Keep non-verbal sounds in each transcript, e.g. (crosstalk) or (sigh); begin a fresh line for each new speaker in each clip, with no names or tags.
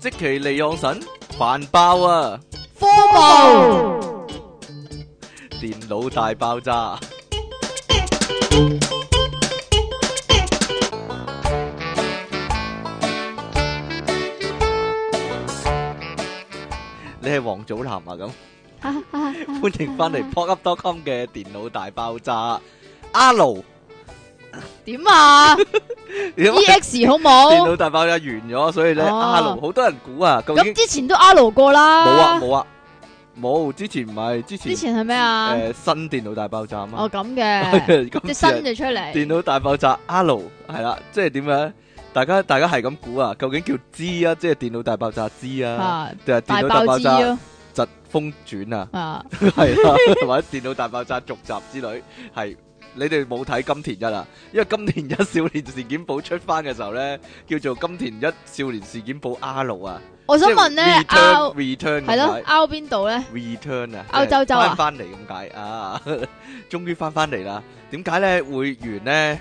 淇離岸神扮爆啊！
科務
電腦大爆炸。你係王祖藍啊咁，歡迎翻嚟 pocket.com 嘅電腦大爆炸。阿盧，
點啊
因為
？EX 好
電
冇？
腦大爆炸完咗，所以咧
哦
阿盧好多人估啊，究竟
咁之前都 R 過啦。
冇啊冇啊冇，之前唔係之前
之前係咩啊？
誒新電腦大爆炸啊嘛
哦。咁嘅，
即
即新就出嚟。
電腦大爆炸 R 係啦，即係點樣？大家大家係咁估啊，究竟叫 G 啊，即係電腦大爆炸 G 啊，
啊，
定係
大
電腦大
爆
爆
知啊
炸
咯。
疾風轉啊， (laughs)
啊，
係啦，或者電腦大爆炸續集之類，係你哋冇睇金田一啊，因為金田一少年事件簿出翻嘅時候咧，叫做金田一少年事件簿 R 啊，
我想
即係
問咧，R
return return
係咯
咁解
，R 邊度咧？
return 啊，
歐洲洲啊
翻翻嚟咁解啊， (laughs) 終於翻翻嚟啦。點解咧會完咧？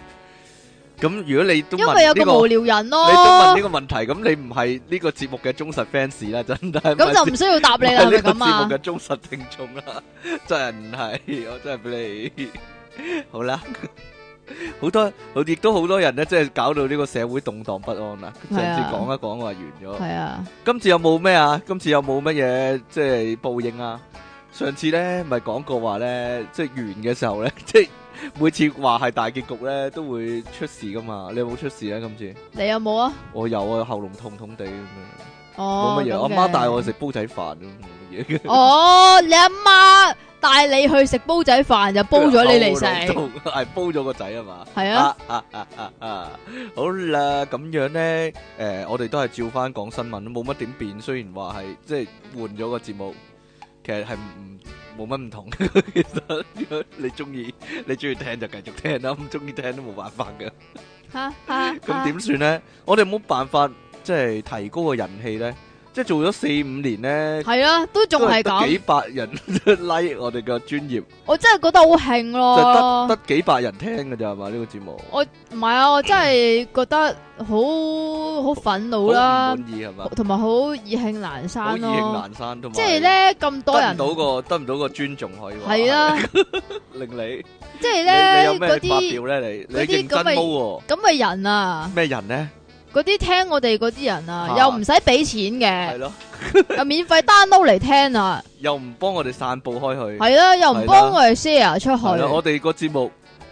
咁如果你都
因
問
為有
呢
個無
個，
聊人
你都問
咯
呢，個問題，咁你唔係呢個節目嘅忠實 fans 啦，真係
咁就唔需要答你啦，係咪
呢個節
咁
目
啊
嘅？忠實聽眾啦， (laughs) 真係我真係俾你 (laughs) 好啦。好多，好亦都好多人咧，即係搞到呢個社會動盪不安啦。上
係啊
次講一講話完咗。
係啊，
今次有冇咩啊？今次有冇乜嘢即係報應啊？上次咧咪講過話咧，即係完嘅時候咧， (laughs) 即係每次話係大結局咧，都會出事噶嘛。你有冇出事咧？啊今次
你有冇啊？
我有啊，喉嚨痛痛地咁樣，
哦，
冇乜嘢。
咁
我
嘅
媽帶我。食煲仔飯咁冇乜嘢。
哦，你阿媽帶你去食煲仔飯就煲
Ờ,
咗你嚟
(laughs)
食，
喉嚨痛，係煲咗個仔啊嘛。
係啊，
啊啊啊啊啊！好啦，咁樣咧，誒，我哋都係照翻講新聞，冇乜點變。雖然話係即係換咗個節目，其實係唔冇乜唔 (laughs) 同。其實如果你中意，你中意聽就繼續聽啦，唔中意聽都冇辦法嘅。
哈哈
咁點算咧？我哋冇辦法即係提高個人氣咧，即係做咗四五年咧，
係啊，都仲
都
係
係得
咁，
幾百人 (laughs) like 我哋嘅專業，
我真係覺得好興
就係得
咯。
得幾百人聽嘅咋係嘛？呢個節目
我唔係啊，我真係覺得好好憤怒
好
啦
唔，滿意係嘛？
同埋好意興闌
好
珊
意興
咯。
難山同埋，
即係咧咁多
得唔
人，
到個得唔到個尊重可以話
係啊，
令你你
即係
你
咧
有咩
嗰
發
啲
表咧？你你
嗰啲
認真
咁咪
撈喎，
咁嘅人啊，
咩人咧？
嗰啲聽我哋嗰啲人啊
啊，
又唔使俾錢
係
嘅，
咯，
又免費 download 嚟聽啊。
又唔幫我哋散步開去，
系啦，又唔幫
係啦
我哋 share 出
係啦，
去，
我哋個節目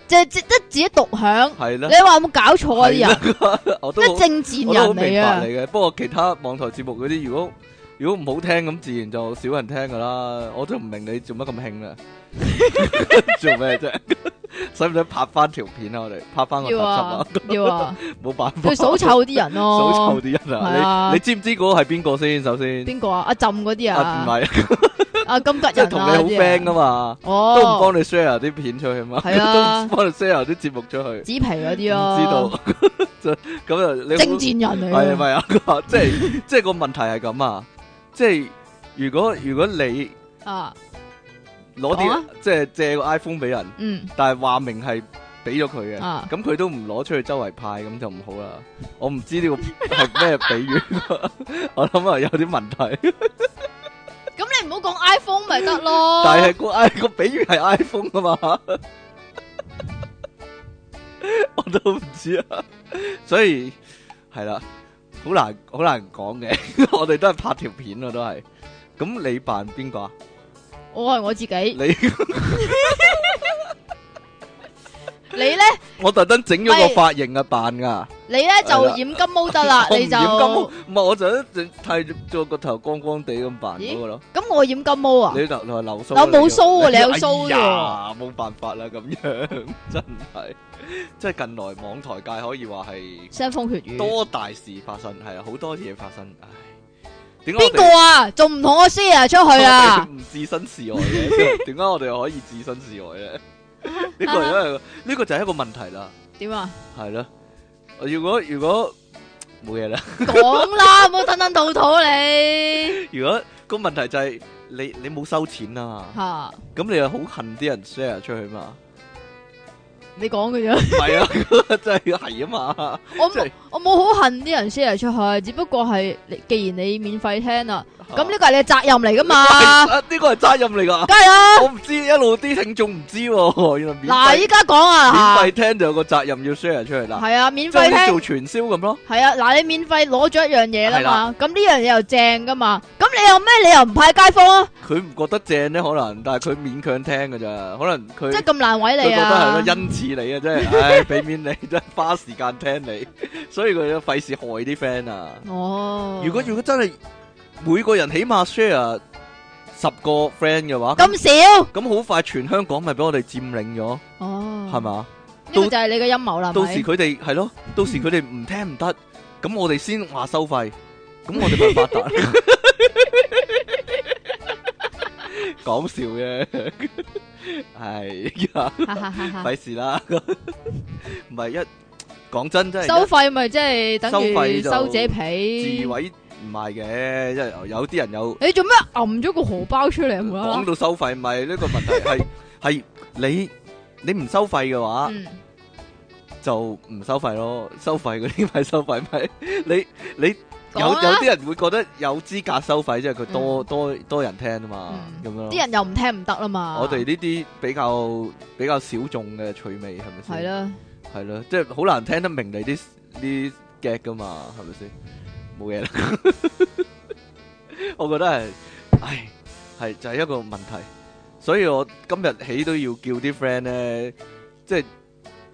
即即得自己獨享。
係
你
啦，
話有冇搞錯啊啲人？
(laughs) 我都
即
好
政治人
我都好明
嚟啊
白！你嘅。不過其他網台節目嗰啲，如果如果唔好聽咁，自然就少人聽噶啦。我都唔明你做乜咁興
(laughs)
啦， (laughs) 做咩啫？使唔使拍翻條片啊？我哋拍翻個特輯
要啊
啊？
要啊，
冇辦
(laughs)
法
去，數臭啲人
數臭
咯。
啲人
哦係
啊！
啊
你你知唔知嗰個係邊個先？首先。
邊個啊？阿浸嗰啲
啊，唔
啊？
係，
阿金吉
即係
人
同你
啊？
好 friend 噶
嘛？
嘛，都唔
哦，
幫你 share 啲片出去嘛，
係啊
(laughs) 都唔幫你 share 啲節目出去，
紙皮嗰
唔知
啲
道 (laughs)
咯。
就咁啊，你好
政治人
係
嚟啊！
咪啊？ (laughs) 即係即係個問題係咁啊，即係如果如果你
啊，
攞
講啊
啲即係借個 iPhone 俾人，
嗯
但係話明係俾咗佢嘅。
啊，
咁佢都唔攞出去周圍派，咁就唔好啦。我唔知呢個係咩比喻， (laughs) 我諗啊有啲問題。
咁你唔好講 iPhone 咪得咯。
但係個 i 個比喻係 iPhone 啊嘛，我都唔知啊，所以係啦，好難好難講 (laughs) 嘅，我哋都係拍條片啊，都係。咁你扮邊個啊？
我係我自己，你
你
咧
我特登整咗個髮型啊，扮噶。
你咧
係
就
啦
染金毛得啦，
我唔
你就
染金毛唔係我就一直剃咗個頭光光地咁扮嗰個咯。
咁我染金毛啊？
你留留留須
我冇
你要
須喎你有須
哎呀冇辦法啦，咁樣 (laughs) 真係，即係近來網台界可以話係。
腥風血雨。
多大事發生，係啊，好多嘢發生，唉，點解我
边个
哋
啊？仲唔同我 share 出去
我 (laughs)
啊
哋？唔置身事外嘅？點解我哋可以置身事外
(laughs)
咧？呢個因為呢個就係一個問題啦，
点啊？
係咯。如果如果冇嘢啦，
讲啦，唔好吞吞吐吐 (laughs) 你
如果個問題就係你你冇收錢啊嘛，
吓。
咁你又好恨啲人 share 出去嘛？
你講嘅啫，
系啊，真系系啊嘛，
我
即係
冇我冇好恨啲人 share 出去，只不過係你既然你免費聽啦，咁呢個係你嘅責任嚟噶嘛，
啊呢個係責任嚟㗎。
梗係啦。
我唔知，一路啲聽眾唔知喎，原來免
嗱，
費
依家講啊，
免費聽就有個責任要 share 出嚟啦，
係啊，免
即係好
費
似
聽
做傳銷咁咯。
係啊，嗱，你免費攞咗一樣嘢啦
係
嘛
啦，
咁呢樣嘢又正噶嘛，咁你有咩理由唔派街坊啊？
佢唔覺得正咧，可能，但係佢勉強聽㗎咋，可能佢
即係咁難為
佢
你
覺得係
啊
咯，！恩賜你啊，真
(laughs)
係，唉，俾面你，真係花時間聽你，所以佢都費事害啲 friend 啊。
哦，
如果如果真係每個人起碼 share 十個 friend 嘅話，咁
咁少，
咁好快全香港咪俾我哋佔領咗，
哦，
係？嘛？
呢個就係你嘅陰謀啦，係
到
咪
時佢哋係咯，到時佢哋唔聽唔得，咁我哋先話收費，咁我哋咪發
(laughs)
達。講笑嘅，係
(laughs)
呀，費事啦，唔係一講真真
收
係
費咪即係等
收費
於
就
收者
一
皮
自。毀唔係嘅，因為有啲人有
你做咩揞咗個荷包出嚟
講
啊？
到收費，咪呢個問題
(laughs)
係係你你唔收費嘅話。
嗯，
就唔收費咯，收費嗰啲咪收費咪，你你有
講
有
啦
啲，人會覺得有資格收費，即係佢多
嗯
多多人聽啊嘛，
嗯
咁樣咯
啲。人又啊唔聽唔得啦嘛。
我哋呢啲比較比較小眾嘅趣味係咪先？
係，啦，
係咯，即係好難聽得明你啲啲 get 噶嘛，係咪先？冇嘢啦， (laughs) 我覺得係，唉，係就係、一個問題，所以我今日起都要叫啲 friend 咧，即係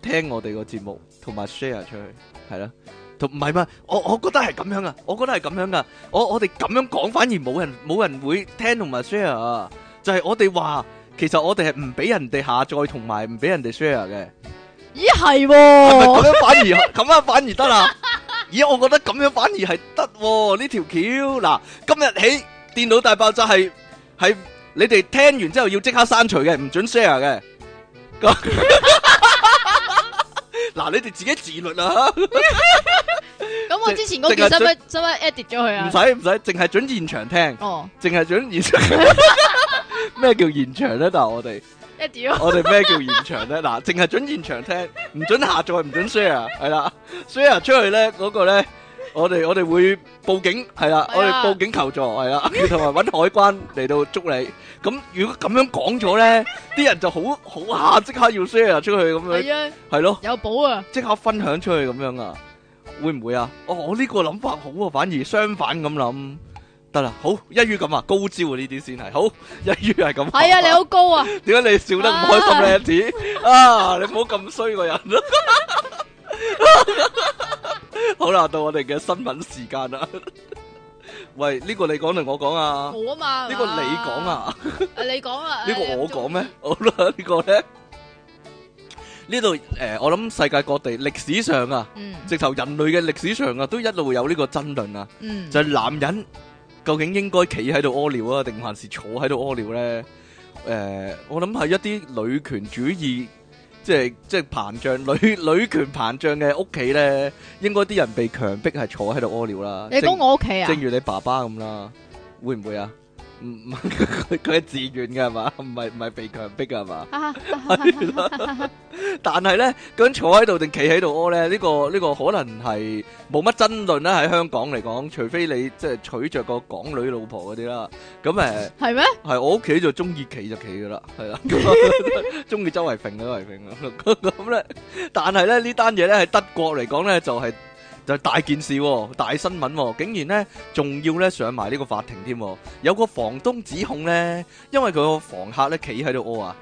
聽我哋個節目，同埋 share 出去，係啦。同唔係嘛？我我覺得係咁樣啊！我覺得係咁樣噶。我我哋咁樣講，反而冇人冇人會聽同埋 share 啊！就係我哋話，其實我哋係唔俾人哋下載同埋唔俾人哋 share 嘅。
咦
係
係
咪咁樣 (laughs)
喎，
反而咁樣反而得啦？咦，我覺得咁樣反而係得喎呢條橋。嗱，今日起電腦大爆炸係係你哋聽完之後要即刻刪除嘅，唔准 share 嘅。咁 (laughs) 嗱，你哋自己自律啦，
咁我之前嗰
淨
件
係最
使唔使使唔使 edit à? 咗佢
唔
啊
使？唔使，淨係准現場聽，
(laughs) 哦
淨係准現場。咩叫現場咧？但係我哋。
，edit 咯，
我哋咩叫現場咧？嗱，淨係準現場聽，唔準下載，唔準 share，係啦，share 出去咧嗰個咧，我哋我哋會報警，係啦，
係
我哋
啊
報警求助，係啦， (laughs) 同埋揾海關嚟到捉你。咁如果咁樣講咗咧，啲人就好好下即刻要 share 出去咁樣，
係啊，
係咯，
有保啊，
即刻分享出去咁樣啊？會唔會啊？哦，我呢個諗法好啊，反而相反咁諗。得啦，好一於咁啊，高招啊呢啲先係好，一於係咁。
係啊，你好高啊，
点解你笑得唔開心咧，子啊？你唔好咁衰個人 (laughs) 啦。好啦，到我哋嘅新聞時間啦。喂，呢、個你講定我講啊？
我啊嘛，
呢個你講啊？
啊，你講啊，
呢
啊
個我講？
你
咩？好啦，呢個咧，呢度诶，我諗世界各地歷史上啊，
嗯
直頭人類嘅歷史上啊，都一路有呢個爭論啊，
嗯，
就係男人究竟應該企喺度屙尿啊，定還是坐喺度屙尿咧？誒、我諗係一啲女權主義，即係即係膨脹女女權膨脹嘅屋企咧，應該啲人被強迫係坐喺度屙尿啦。
你講
正
我屋企啊？
正如你爸爸咁啦，會唔會啊？唔唔， (laughs) 佢佢係自願嘅係嘛？唔係唔係被強迫嘅係嘛？
哈哈
但係咧，究竟坐喺度定企喺度屙咧？呢、個呢、個可能係冇乜爭論啦。喺香港嚟講，除非你即係娶着個港女老婆嗰啲啦。咁誒。
係咩？
係我屋企就中意企就企噶啦，係啦， (laughs) 中意周圍揈就周圍揈啦。咁咧，但係咧呢單嘢咧喺德國嚟講咧就係、就係大件事喎、大新聞喎、竟然咧仲要咧上埋呢個法庭添、喎。有個房東指控咧，因為佢個房客咧企喺度屙啊，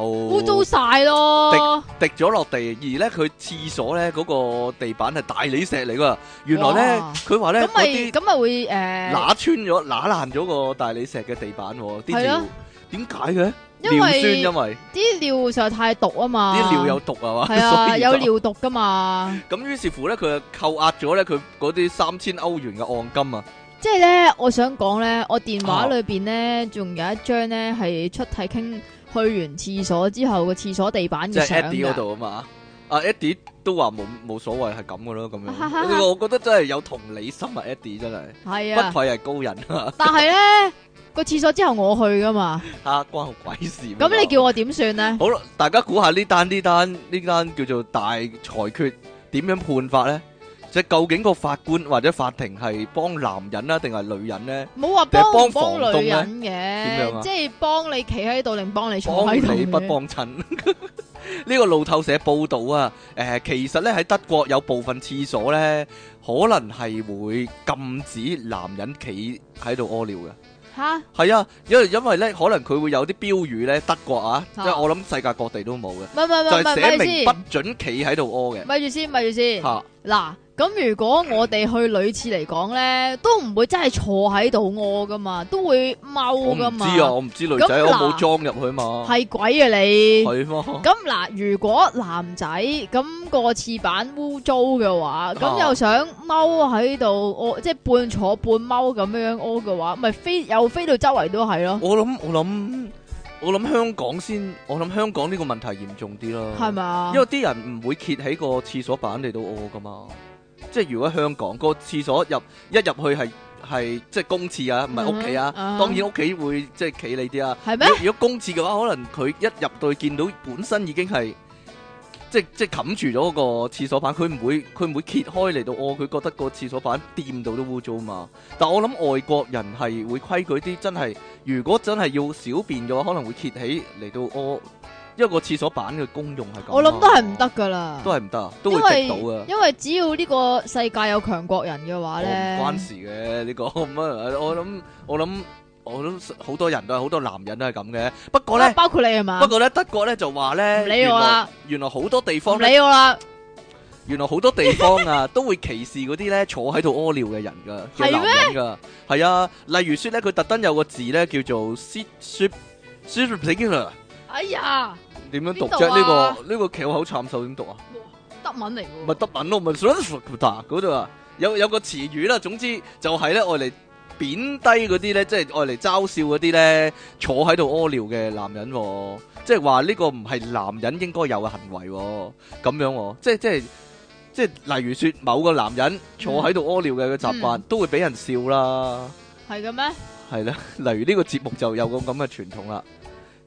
污糟
就
晒咯，
滴咗落地，而咧佢廁所咧嗰、個地板係大理石嚟噶，原來咧
哇
佢話咧
咁
嗰
咪
啲。
咁咪會誒，
揦穿咗、揦爛咗個大理石嘅地板喎，啲
係
尿
咯
點解嘅？
因
尿酸
為
因為
啲尿實在太毒啊嘛，
啲尿有毒啊嘛，(laughs)
係啊，
所以就
有尿毒噶嘛，
咁於是乎咧，佢就扣押咗咧佢嗰啲三千歐元嘅按金啊，
即係咧，我想講咧，我電
啊
話裏邊咧，仲有一張咧係出體傾去完廁所之後個廁所地板
即
嘅
係
相
Eddie 嗰
㗎，
度啊嘛，阿 Eddie 都話冇冇所謂係咁噶咯，咁樣我覺得真係有同理心啊，Eddie 真係
系啊
不，愧係高人啊， (laughs)
但係咧個廁所之後我去噶嘛，
嚇關我鬼事咩啊。
咁你叫我點算咧？
好啦，大家估下呢單呢單呢單叫做大裁決點樣判法咧？即係究竟個法官或者法庭係幫男人啊定係女人咧？
冇話
定係
幫
幫
唔
房
幫女
東
人
點樣啊
嘅，即係幫你企喺度定幫你坐
幫
喺度
你不
嘅
幫襯。 (laughs) 呢個路透社報導啊，誒、其實咧喺德國有部分廁所咧，可能係會禁止男人企喺度屙尿嘅。
吓
係啊，因為因為咧，可能佢會有啲標語咧，德國啊，即
啊
係我諗世界各地都冇嘅，
唔係唔係唔
就
係唔
係寫
係咪
明不
先？
准企喺度屙嘅。
咪住先，咪住先。
嚇
嗱，咁如果我哋去女廁嚟講咧，都唔會真係坐喺度屙噶嘛，都會
我
踎
唔
噶
知
嘛。
啊，我唔知女仔，
咁
我
嗱
冇裝入去嘛。
係鬼啊你！
係嘛？
咁嗱，如果男仔咁個廁板污糟嘅話，咁
啊
又想踎喺度屙，即係半坐半踎咁樣樣屙嘅話，咪飛又飛到周圍都係咯，
我諗我諗我諗香港先，我諗香港呢個問題嚴重啲啦。
係咪啊
嗯因？為啲人唔會揭起個廁所板嚟到屙噶嘛，即係如果香港個廁所入一入去係係即係公廁啊，唔係屋企啊，
嗯啊
當然屋企會即係企你啲啊。
係咩
如？如果公廁嘅話，可能佢一入到去見到本身已經係即即係冚住咗個廁所板，佢唔會佢唔會揭開嚟到屙，佢覺得個廁所板掂到都污糟嘛。但我諗外國人係會規矩啲，真係如果真係要小便嘅話，可能會揭起嚟到屙，因為個廁所板嘅功用係咁。啊
我諗都係唔得。噶啦，
都係唔得啊，都
因
會
為
激到啊。
因為只要呢個世界有強國人嘅
我
話
唔
咧，
關事嘅呢個咁啊，我諗我諗我諗好多人都係好多男人都係咁嘅。不過
啊
咧，
包括你係嘛？
不過咧德國咧就話咧，
唔理我
原
啦
來，原來好多地
唔
方咧，
理我啦，
原來好多地方
(laughs)
啊都會歧視嗰啲咧坐喺度屙尿嘅人噶，嘅
係咩
男人噶，係啊。例如説咧，佢特登有個字咧叫做 sit s s i p i n g l e r
哎呀，
點樣讀
邊
啫？
度啊
呢個呢個翹口慘手點讀啊？
德文嚟嘅
咪
喎，
得品咯，咪 s u f f 嗰度啊，有有個詞語啦，總之就係咧愛嚟貶低嗰啲咧，即係愛嚟嘲笑嗰啲咧坐喺度屙尿嘅男人、喎，即係話呢個唔係男人應該有嘅行為、喎，咁樣、喎，即係即係即係例如說某個男人坐喺度屙尿嘅習慣，
嗯
都會俾人笑啦，
係嘅咩？
係啦，例如呢個節目就有個咁嘅傳統啦。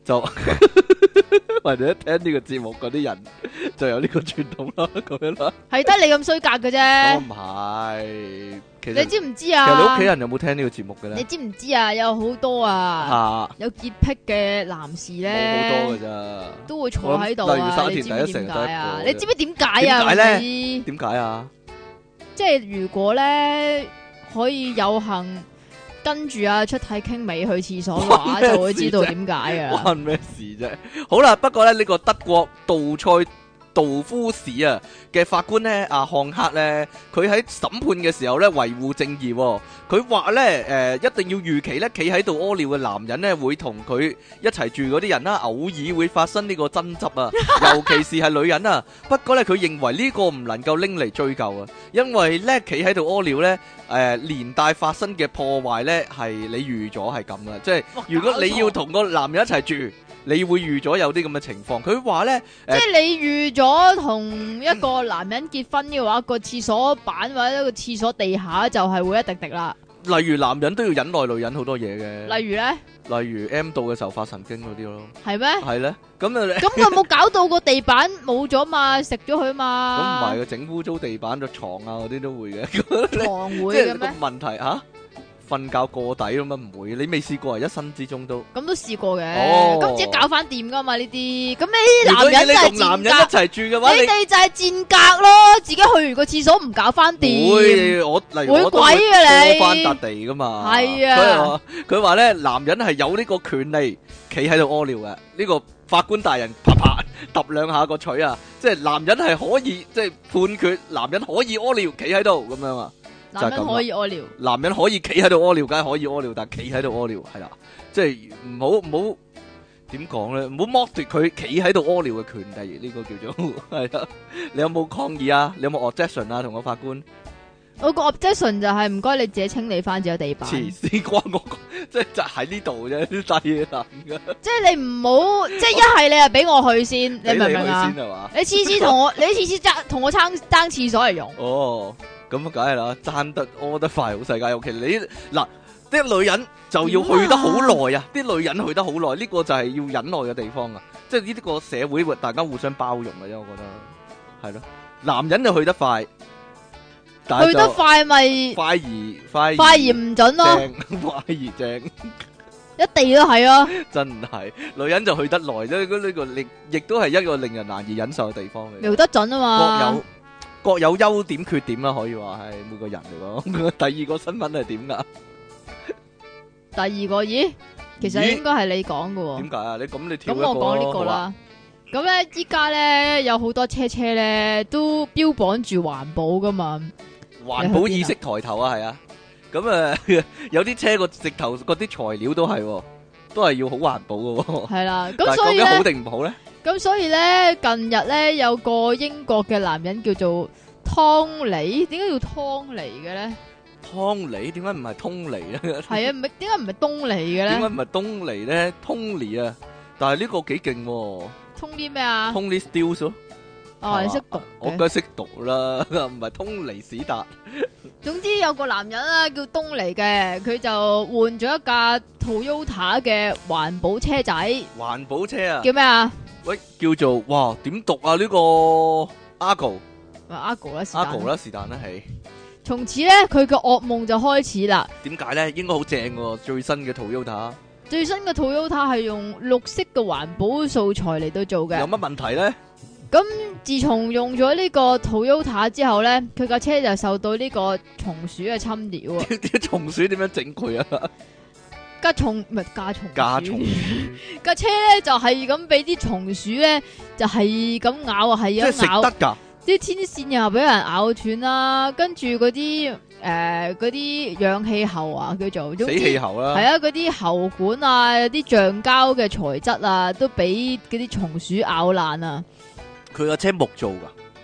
就 (laughs) 或者聽呢個節目嗰啲人就有呢個傳統啦，咁樣啦。
係得你咁衰格
我
嘅啫，
唔係，其實
你知唔知
其實你屋
啊
企？人有冇聽呢個節目嘅
你
咧？
知唔知啊？有好多啊，
嚇，
有潔癖嘅男士
冇好多
咧
嘅，咋？
都會坐喺度
我諗例如沙
啊。
田
你知唔
第一
知
城
點
得一
解
個嘅
啊？
點解
你知唔知點解啊？
呢
唔知
點解啊？
即係如果咧可以有幸跟住啊出體傾尾去廁所嘅
關 (laughs)
話，
咩
就會知道
事啫
點解 (laughs) 啊噶啦。
關咩事啫？好啦，不過咧呢個德國杜塞杜夫市啊嘅法官咧，阿漢克咧，佢喺審判嘅時候咧維護正義、喎。佢話咧誒，一定要預期咧企喺度屙尿嘅男人咧會同佢一齊住嗰啲人啦，偶爾會發生呢個爭執啊，尤其是係女人啊。不過咧，佢認為呢個唔能夠拎嚟追究啊，因為咧企喺度屙尿咧誒，連帶發生嘅破壞咧係你預咗係咁啦，即係。
哇
如果你
(laughs)
要
搞錯
同個男人一齊住，你會預咗有啲咁嘅情況。佢話呢，
即係你預咗同一個男人結婚嘅話，個廁所板或者個廁所地下就係會一滴滴啦。
例如男人都要忍耐女人好多嘢嘅，
例如咧，
例如 M 到嘅時候發神經嗰
(laughs)
啲咯，
係咩？
係呢。
(laughs)
咁啊，
咁佢冇搞到個地板冇咗嘛？食咗佢
咁唔
嘛？
係嘅，整污糟地板、咗床啊嗰啲都會嘅。
床
即
會
係
嘅
個
咩？
問題嚇，瞓覺過底咁樣唔會，你未試過啊？一生之中都。
咁都試過嘅，
哦
咁自己搞翻掂噶嘛呢啲。咁你啲男人
如果
真係
你同男
賤
人一
格，
齊住嘅話，
你
你
哋就係賤格咯。自己去完個廁所唔搞翻掂，
會我例如
會
我都
鬼嘅
多翻笪
你。
地噶嘛。
係啊
佢話佢話咧，男人係有呢個權利企喺度屙尿嘅。呢、個法官大人啪啪揼兩下個槌啊，即係男人係可以即係判決男人可以屙尿企喺度咁樣啊。就係咁啦
男人可以屙尿，
男人可以企喺度屙尿，梗係可以屙尿，但係企喺度屙尿係啦，即係唔好唔好點講咧，唔好剝奪佢企喺度屙尿嘅權利，呢、個叫做 (laughs) 係啦。你有冇抗議啊？你有冇 objection 啊？同個法官
我個 objection 就係唔該你自己清理翻自己地板。
黐線關我即係就喺呢度啫，啲大嘢難噶，
即系你唔好，即系一系你就俾我去先， (laughs) 你
俾
明
你
唔
去
明啊
先？係嘛？
你次次
(laughs)
同我，你次次爭同我爭爭廁所嚟用，
哦，咁梗係啦，爭得屙得快好世界。尤其你嗱，啲女人就要去得好耐啊，啲女人去得好耐，呢、個就係要忍耐嘅地方啊。即係呢啲個社會大家互相包容嘅啫，我覺得係咯。男人就去得快，但係
去得
就
快咪
快而快而
快而唔準咯，
正， (laughs) 快而正。
一地都係啊！
真係女人就去得耐啫，呢、呢個亦亦都係一個令人難以忍受嘅地方嚟。
瞄得準啊嘛，
各有各有優點缺點啦，可以話係每個人嚟講。 (laughs) 第二個新聞係點㗎？
第二個，咦，其實
咦
應該係你講嘅喎
點。解啊？你咁你跳
咁
一個
我講呢
個
個。啦。咁咧，依家咧有好多車車咧都標榜住環保噶嘛，
好啊環保意識抬頭啊，係啊。咁啊， (laughs) 有啲車個直頭嗰啲材料都係喎，都係要好環保嘅喎。
係啦。
但
咁
係
所
究
以
竟好
咧，
定唔好咧？
咁所以咧，近日咧有個英國嘅男人叫做湯尼，點解叫湯尼嘅咧？
湯尼點解唔係通尼咧？
係啊，唔係點解唔係東尼嘅
(laughs) 點解
咧
唔係東尼咧？通尼啊！但係呢個幾勁喎
？Tony 咩啊？
，Tony Stills 咯。
哦，你識讀
我
嘅。
梗係識讀 (laughs) 啦，唔係通尼史達。
總之有個男人啦，叫東尼嘅，佢就換咗一架 Toyota 嘅環保車仔，
環保車啊！
叫咩啊？
喂，叫做哇點讀啊？呢、個 à, Argo
咪 Argo 啦，是但
Argo 啦，是但啦，係
從此咧，佢嘅噩夢就開始啦。
點解咧？應該好正喎，最新嘅 Toyota
最新嘅 Toyota 係用綠色嘅環保素材嚟到做
有
嘅。
乜問題咧？
自從用咗呢個 Toyota 之後咧，佢架車就受到呢個松鼠嘅侵
(laughs)
擾啊！
啲松鼠點樣整佢啊？
架松唔係架松
架
鼠
松
架車咧就係咁俾啲松鼠咧就係咁咬啊，
即
係
係食
咁咬
得㗎，
啲天線又俾人咬斷啦，跟住嗰啲誒嗰啲氧氣喉啊叫做，總
死
之
氣喉
係
啦，
啊，嗰啲喉管啊，啲橡膠嘅材質啊，都俾嗰啲松鼠咬爛啊！
佢個車木做㗎，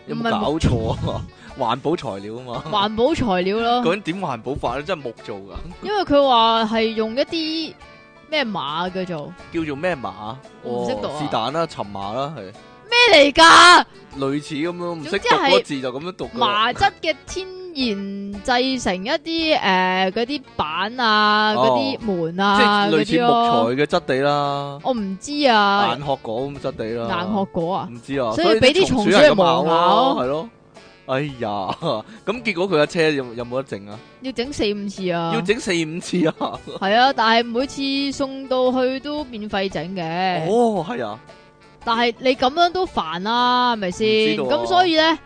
有
唔
冇
係
搞 (laughs)
木
錯啊？環保材料啊嘛，
環保材料咯，
究竟點環保法咧？真係木做㗎，
因為佢話係用一啲咩馬叫做
叫做咩馬？
我唔識讀啊
哦是但啦，尋馬啦，係
咩嚟㗎？
類似咁樣，唔識
總之
讀嗰個
係
字就咁樣讀㗎啦。 (laughs)
麻質嘅天然製成一啲誒嗰啲板啊，嗰啲門
哦即
啊，
係
嗰
類似
啲
木
咯。
材嘅質地啦，
我唔知啊
硬，殼果咁質地啦，
硬殼果啊，
唔知啊，
所以俾啲
松
松鼠
係
去
咁咬
磨
咯，
咬
係咯。哎呀， (laughs) 咁結果佢架車有有冇得整啊？
要整四五次啊
要，整四五次啊！
係啊，但係每次送到去都免費整嘅。
哦，係啊，
但系你咁樣都煩啦，係咪先？
唔知道啊
咁、所以咧，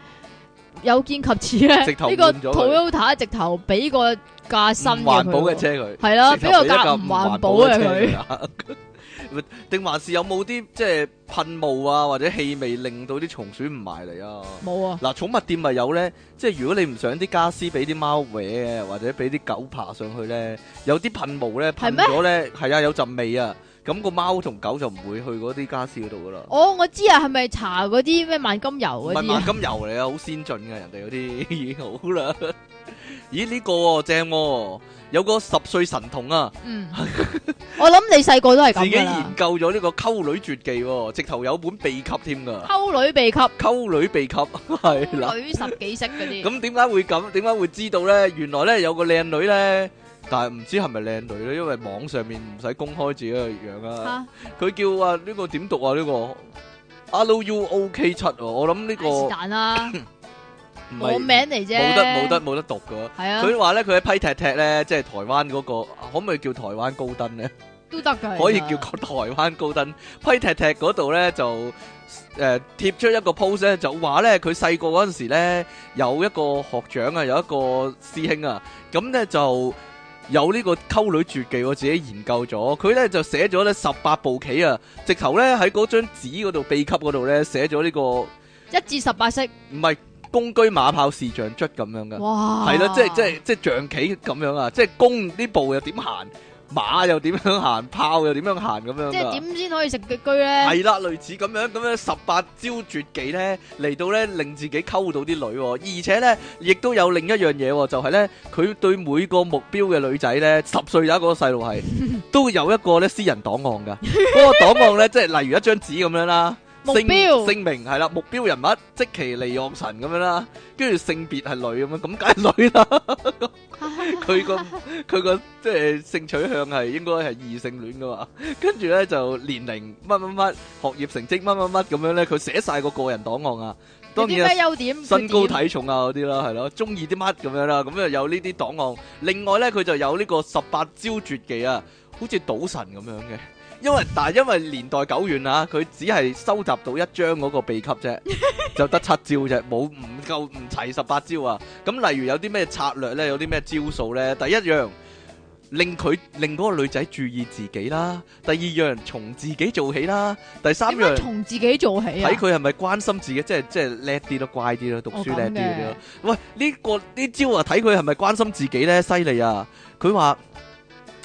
有見及此咧，
直頭
呢個
換咗佢
Toyota 直頭俾個架
唔
新嘅
環保嘅
佢喎，
車佢，
係
(laughs)
啊啦，
直
俾
頭
個
一
架
架
唔環保
嘅
嘅
車
佢，
佢。 (laughs) 定還是有冇啲即係噴霧啊，或者氣味令到啲松鼠唔埋嚟啊？
冇啊，
嗱，寵物店咪有咧，即係如果你唔想啲家私俾啲貓搲，或者俾啲狗爬上去咧，有啲噴霧咧
係
噴
咩
咗咧，係啊有陣味啊，咁個貓同狗就唔會去嗰啲家私嗰度噶啦。
我我知啊，係咪搽嗰啲咩萬金油
唔
嗰
係
啲
萬
啊？
金油嚟啊，好先進嘅人哋嗰啲 (laughs) 已經好啦。咦呢、個喎正喎，有個十歲神童啊，
嗯，我諗你細個都係
自己
咁噶啦
研，究咗呢個溝女絕技喎，直頭有本秘笈 (laughs) 添噶，
溝女秘笈，
溝女秘笈係啦。
溝女十幾式嗰啲，
咁點解會咁？點解會知道咧？原來咧有個靚女咧，但係唔知係咪靚女咧，因為網上面唔使公開自己嘅樣啊。
吓
佢叫啊呢個點讀啊呢個 R U O K 七喎，我諗呢個
是但啦，
唔
我
係
名嚟啫，
冇得冇得，冇得讀噶。
係啊，
佢話咧佢喺批踢踢咧，即係台灣嗰個，可唔可以叫台灣高登咧？
都得噶，
可以
其實
叫台灣高登批踢踢嗰度咧就誒、呃、貼出一個 post 咧，就話咧佢細個嗰陣時咧有一個學長啊，有一個師兄啊，咁咧就有呢個溝女絕技，我自己研究咗，佢咧就寫咗咧十八步棋啊，直頭咧喺嗰張紙嗰度秘笈嗰度咧寫咗呢、個唔
一至十八式，
係公車馬炮視像卒咁樣嘅。
哇，
係啦，即係即係即係象棋咁樣啊，即係攻呢步又點行，馬又點樣行，炮又點樣行咁樣
即係
㗎。
點先可以食嘅居咧？
係啦，類似咁樣咁樣十八招絕技咧，嚟到咧令自己溝到啲女、喎。而且咧亦都有另一樣嘢、喎，就係咧佢對每個目標嘅女仔咧，十歲有一個細路
(laughs)
係都有一個咧私人檔案噶，嗰個檔案咧即係例如一張紙咁樣啦。
目
姓
標
姓名係啦，目標人物即其利昂神咁樣啦，跟住性別係女咁樣，咁梗係女啦。
(laughs)
(laughs) 佢個佢個即係性取向係應該係異性戀噶嘛，跟住咧就年齡乜乜乜，學業成績乜乜乜咁樣咧，佢寫晒個個人檔案啊，當
有啲咩
然啊
優點？
身高
缺點
體重啊嗰啲啦，係咯，中意啲乜咁樣啦，咁就有呢啲檔案。另外咧，佢就有呢個十八招絕技啊，好似賭神咁樣嘅。因為但係因為年代久遠啊，佢只係收集到一張嗰個秘笈
(laughs)
啫，就得七招啫，冇唔夠唔齊十八招啊。咁例如有啲咩策略咧，有啲咩招數咧，第一樣。令佢令嗰個女仔注意自己啦，第二樣從自己做起啦，第三
點解
樣
從自己做起啊
睇？佢係咪關心自己，即係即係叻啲咯，乖啲咯，讀書叻啲嗰啲咯。喂，呢、個呢招啊，睇佢係咪關心自己咧，犀利啊！佢話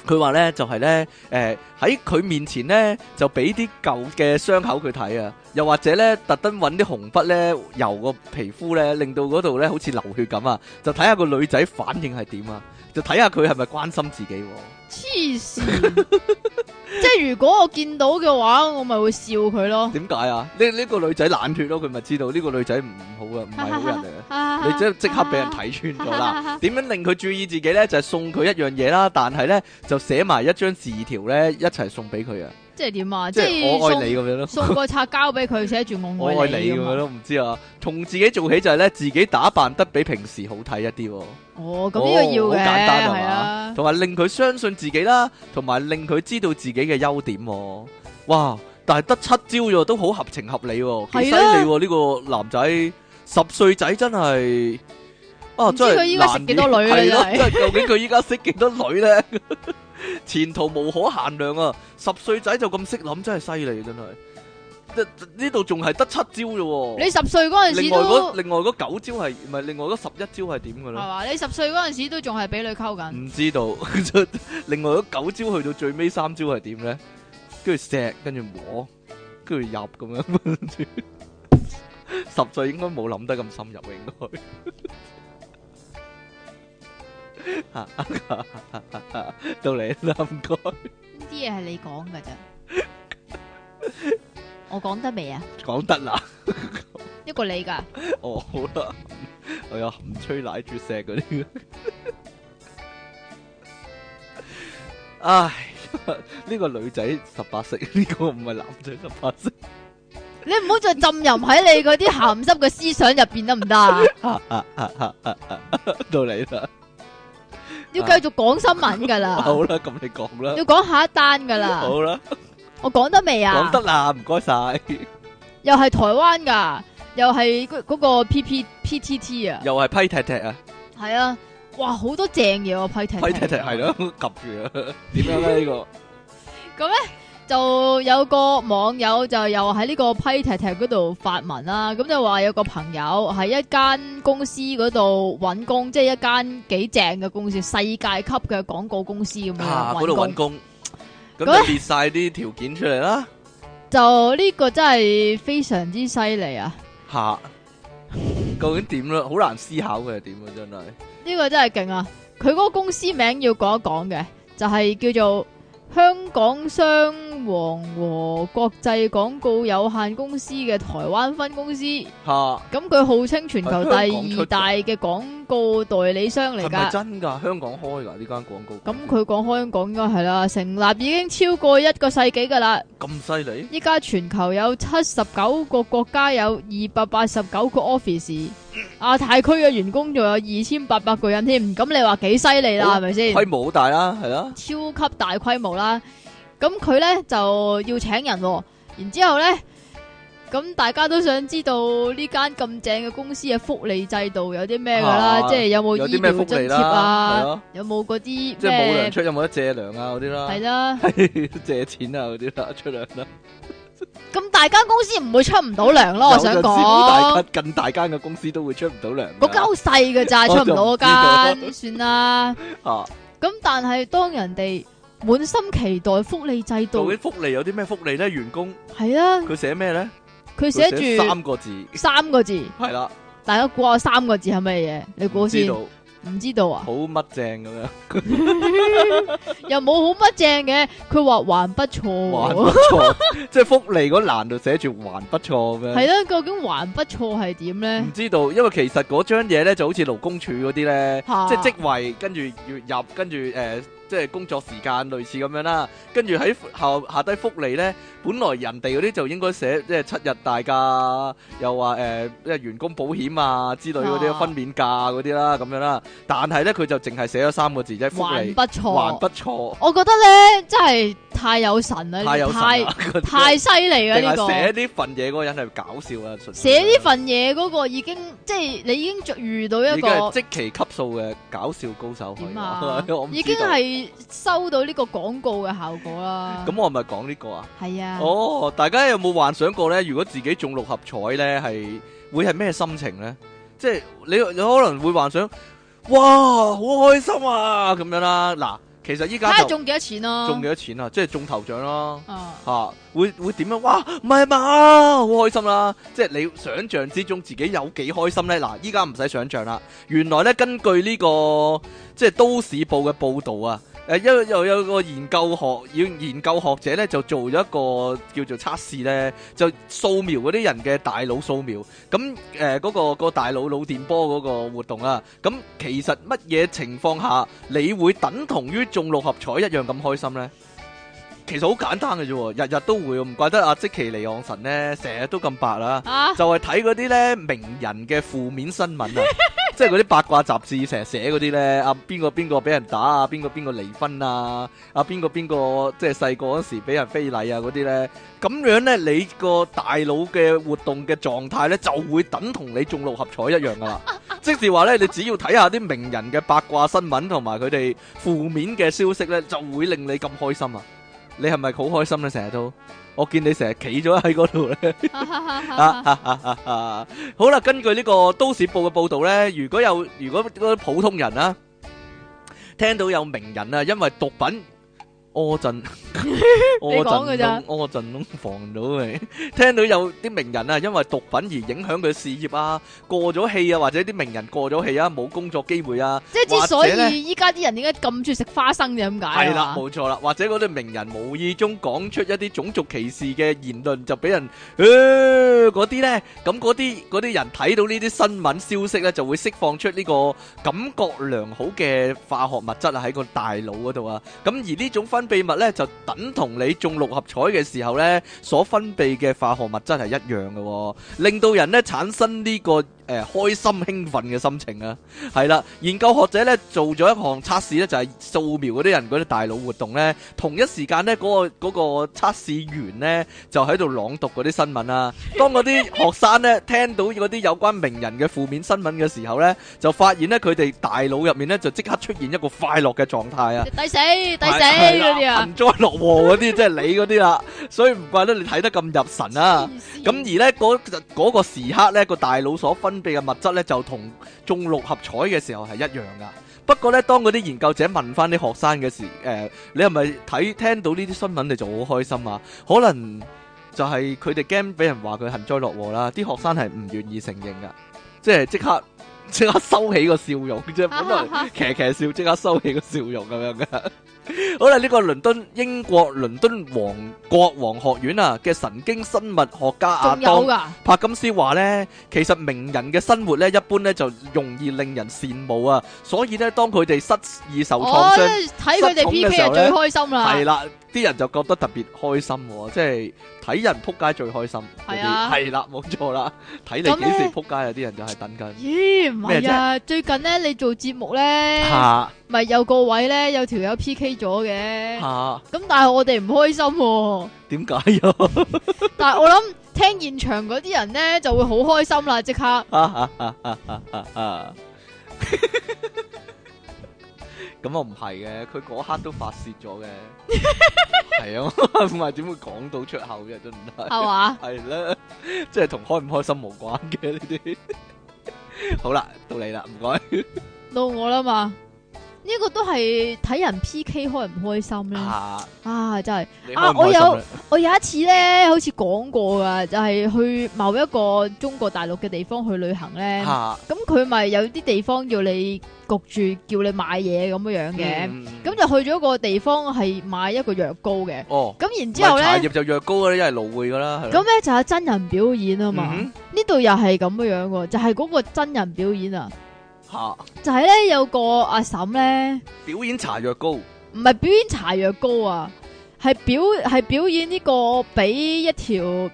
佢話咧就係、咧，誒喺佢面前咧就俾啲舊嘅傷口佢睇啊，又或者咧特登揾啲紅筆咧油個皮膚咧，令到嗰度咧好似流血咁啊，就睇下個女仔反應係點啊，就睇下佢係咪關心自己喎、
黐線！ (laughs) 即係如果我見到嘅話，我咪會笑佢咯。
點解啊？呢呢、個女仔冷血咯，佢咪知道呢、個女仔唔唔好啊，唔係好人嚟嘅。你即即刻俾人睇穿咗啦。 (laughs) 點樣令佢注意自己呢？就係、送佢一樣嘢啦，但係呢，就寫埋一張字條呢，一齊送俾佢啊！
即係點啊？
即係我愛
係
你咁樣咯，
送送個擦膠俾佢，寫住我
我愛你咁
咁
樣
啊。
咯，唔知啊。從自己做起就係呢，自己打扮得比平時好睇一啲喎，
哦，咁呢個要
哦好
嘅，
簡單係嘛
係啊。
同埋令佢相信自己啦，同埋令佢知道自己嘅優點喎。哇！但係得七招啫喎，都好合情合理喎，幾犀
係啊
利喎！呢個男仔十歲仔真係啊，
唔知
真係
佢依家食幾多女啊
難以係咯
真係
真係究竟佢依家識幾多女咧？前途無可限量啊！十歲仔就咁識諗，真係犀利，真係。呢呢度仲係得七招啫喎，
你十歲嗰陣時
另外嗰
都
另外嗰九招係唔係另外嗰十一招係點嘅
係
咧？
嘛？你十歲嗰陣時都仲係俾女溝緊，
唔知道。另外嗰九招去到最尾三招係點咧？跟住錫，跟住摸，跟住入咁樣。跟住十歲應該冇諗得咁深入嘅，應該。到你啦，唔該。
呢啲嘢係你講㗎咋？
(laughs)
我講得未啊？
講得啦，
一個你㗎，
哦好啦，我有含吹奶住錫嗰啲。唉，呢個女仔十八式，呢個唔係男仔十八式。
你唔好再浸淫喺你嗰啲鹹濕嘅思想入邊得唔得
(laughs)
啊？
(laughs) 到你啦，
要繼續講新聞㗎啦，
(laughs) 好啦，咁你講啦，
要講下一單㗎啦。
好啦，
我講得未啊？
講得啦，唔該晒，
又係台灣㗎，又係嗰嗰個 P P P T T 啊，
又係批踢踢啊，
係啊，哇，好多正嘢喎批踢，
批踢踢係咯，及住啊，點樣咧呢個？
就有個網友就又喺呢個批踢踢嗰度發文啦，咁就話有個朋友喺一間公司嗰度揾工，即係一間幾正嘅公司，世界級嘅廣告公司咁樣
啊，嗰度
嗯揾
揾
工。
工，咁
咁
就列晒啲條件出嚟啦，
就呢個真係非常之犀利啊！
吓，究竟點咧？好難思考嘅點啊，真係
呢個真係勁啊！佢嗰個公司名要講一講嘅，就係、叫做香港商王和國際廣告有限公司嘅台灣分公司。咁
吓，
佢號稱全球第
係香港出
二大嘅廣告代理商嚟
係咪
㗎。
真㗎？香港開㗎呢間廣告公
咁
司，
佢講開香港應該係啦，成立已經超過一個世紀㗎啦。
咁犀利，
依家全球有七十九個國家，有二百八十九個 office，亞太區嘅員工仲有二千八百個人添。咁你話幾犀利啦？
好啊
係咪先？
規模好大啦，係啦，
超級大規模啦。咁佢呢就要請人、喎，然之後呢，咁大家都想知道呢間咁正嘅公司嘅福利制度有啲咩噶啦，
啊
即係有冇
有
醫
啲咩
療
福
津
利
貼
啦，係
啊，
咯，
有冇嗰啲
即係冇糧
咩
出有冇得借糧啊嗰
(laughs)
啲啦 (laughs)
係。啦。
借錢啊嗰啲啦，出糧啦。
咁大間公司唔會出唔到糧咯，我想
有陣時好大
講。
間近大間嘅公司都會出唔到糧㗎。
嗰間好細嘅
我
咋，出
哦就
唔到
唔知道
嗰間，算啦。
啊，
咁但係當人哋滿心期待福利制
究
度
竟福利有啲咩福利咧？員工
係啊，
佢寫咩咧？
佢
佢
寫
寫
住
三個字，
三個字，
係啦，
大家估下三個字係乜嘢？你估
唔知
先？
道
唔知道啊？
好乜正咁樣，
又冇好乜正嘅，佢話還不
(laughs)
錯
還
喎
不。錯，即係福利嗰欄度寫住還不錯咁樣。
係啦，究竟還不錯係點咧
唔？知道，因為其實嗰張嘢咧就好似勞工處嗰啲咧，
嚇
即係職位，跟住要入，跟住誒、呃即係工作時間類似咁樣啦。跟住喺下下低福利咧，本來人哋嗰啲就應該寫即係七日大假，又話誒、呃即係員工保險啊之類嗰啲
啊
分娩假嗰啲啦咁樣啦。但係咧佢就淨係寫咗三個字啫，福
還
利
不
還
錯。
不錯，
我覺得咧，真係太有神啦，
太有神
太
啦！嗰啲
太犀利啦
定
呢個
係。寫呢份嘢嗰個人係搞笑啊！純粹
寫呢份嘢嗰個已經即係你已經著遇到一
已經係
個
即期級數嘅搞笑高手可以
點
話，
啊
(laughs) 我唔知道
已經係收到呢個廣告嘅效果啦。
咁我係咪講呢個啊？
係啊，
哦，大家有冇幻想過呢？如果自己中六合彩呢，係會係咩心情呢？即係你你可能會幻想，哇，好開心啊咁樣啦。嗱，其實依
睇
家
下
就
中幾多錢啦。
中幾多錢啊？即係中頭獎啦。
啊，
吓、會會點樣？哇，唔係嘛，好開心啦！即係你想象之中自己有幾開心呢？嗱，依家唔使想象啦。原來呢，根據呢、個即係都市報嘅報導啊，誒，因為又有個研究學要研究學者呢，就做咗一個叫做測試呢，就掃描嗰啲人嘅大腦掃描。咁誒嗰個個大腦腦電波嗰個活動啊，咁其實乜嘢情況下你會等同於中六合彩一樣咁開心呢？其實好簡單嘅啫喎，日日都會喎，唔怪得阿即奇尼昂神呢，成日都咁白啦，
啊，
就係睇嗰啲呢名人嘅負面新聞啊，即係嗰啲八卦雜誌成日寫嗰啲呢，啊邊個邊個俾人打啊，邊個邊個離婚啊，啊邊個邊個即係細個嗰時俾人非禮啊嗰啲呢。咁樣呢，你個大腦嘅活動嘅狀態呢，就會等同你中六合彩一樣噶啦。即是話呢，你只要睇下啲名人嘅八卦新聞同埋佢哋負面嘅消息呢，就會令你咁開心啊！你係咪好開心呢？成日都，我見你成日企咗喺嗰度
(laughs)
呢。啊好啦，根據呢個都市報嘅報導呢，如果有如果嗰啲普通人啦、啊，聽到有名人啊，因為毒品柯
(laughs)
震柯震
講㗎咋
東柯震東防到佢， (laughs) 聽到有啲名人啊，因為毒品而影響佢事業啊，過咗氣啊，或者啲名人過咗氣啊，冇工作機會啊。
即係之所
或者呢
以依家啲人點解咁中意食花生就係咁解
係啦
啊，
冇錯啦，或者嗰啲名人無意中講出一啲種族歧視嘅言論，就俾人呃嗰啲呢。咁嗰啲嗰啲人睇到呢啲新聞消息呢，就會釋放出呢個感覺良好嘅化學物質啊喺個大腦嗰度啊。咁而呢種分泌物呢，就等同你中六合彩嘅時候呢所分泌嘅化學物質係一樣嘅、喎，令到人呢產生呢、個誒、呃、開心興奮嘅心情啊。係啦，研究學者咧做咗一項測試咧，就係、掃描嗰啲人嗰啲大腦活動咧，同一時間咧嗰個嗰、個測試員咧就喺度朗讀嗰啲新聞啦。當嗰啲學生咧聽到嗰啲有關名人嘅負面新聞嘅時候咧，就發現咧佢哋大腦入面咧就即刻出現一個快樂嘅狀態啊！
抵死抵死
係
嗰啲
係啦
啊，
幸災樂禍嗰啲，即係你嗰啲啦，所以唔怪得你睇得咁入神啊！
黐線
咁而呢嗰嗰個時刻呢，個大腦所分泌嘅物質呢，就同中六合彩嘅時候係一樣噶。不過呢，當嗰啲研究者問翻啲學生嘅時，誒、你係咪睇聽到呢啲新聞你就好開心啊？可能就係佢哋驚俾人話佢幸災樂禍啦，啲學生係唔願意承認噶，即係即刻即刻收起個笑容啫，本來。騎騎笑，即刻收起個笑容咁樣噶。 (laughs) 好啦，呢、個倫敦英國倫敦皇國王學院啊嘅神經生物學家阿
仲有
啊當
噶，
帕金斯話呢，其實名人嘅生活呢，一般呢就容易令人羨慕啊，所以呢，當佢哋失意受
我
創傷。
睇佢哋 P
失重嘅時
K 就
候呢
最開心啦。
系啦，啲人就覺得特別開心喎，即係睇人扑街最開心嗰
係
啲，
啊
係啦，冇錯啦，睇你
咁
幾時
呢
扑街啊！啲人就係等緊
咦，唔
咩
係啊！最近咧，你做節目咧，
下
咪有個位咧，有條友 P K 咗嘅。
下，
咁但係我哋唔開心喎。
點解啊呀？
但係我諗聽現場嗰啲人咧就會好開心啦，即刻。
咁我唔係嘅，佢嗰刻都發泄咗嘅，係啊，唔係點會講到出口嘅真 (laughs) 係。 (laughs)
係嘛？
係啦，即係同開唔開心無關嘅呢啲。好啦，到你啦，唔該。
到我啦嘛，呢個都係睇人 P K 開唔開心咧。
啊，
啊，真係
你開
啊
唔開心
我有
咧
我有一次咧，好似講過噶，就係、去某一個中國大陸嘅地方去旅行咧。
啊，
咁佢咪有啲地方要你焗住叫你買嘢咁樣樣嘅，
嗯，嗯，嗯。
咁、就去咗個地方係買一個藥膏嘅，
哦，
咁然之
唔係，
後咧，
茶葉就藥膏嗰啲，一係蘆薈㗎啦，係咯。
咁咧就係真人表演啊嘛，
嗯哼，
呢度、又係咁樣樣喎，就係、嗰個真人表演啊，就係咧有個阿嬸咧，
嚇，表演搽藥膏。
唔係表演搽藥膏啊，係表係表演呢個俾一條。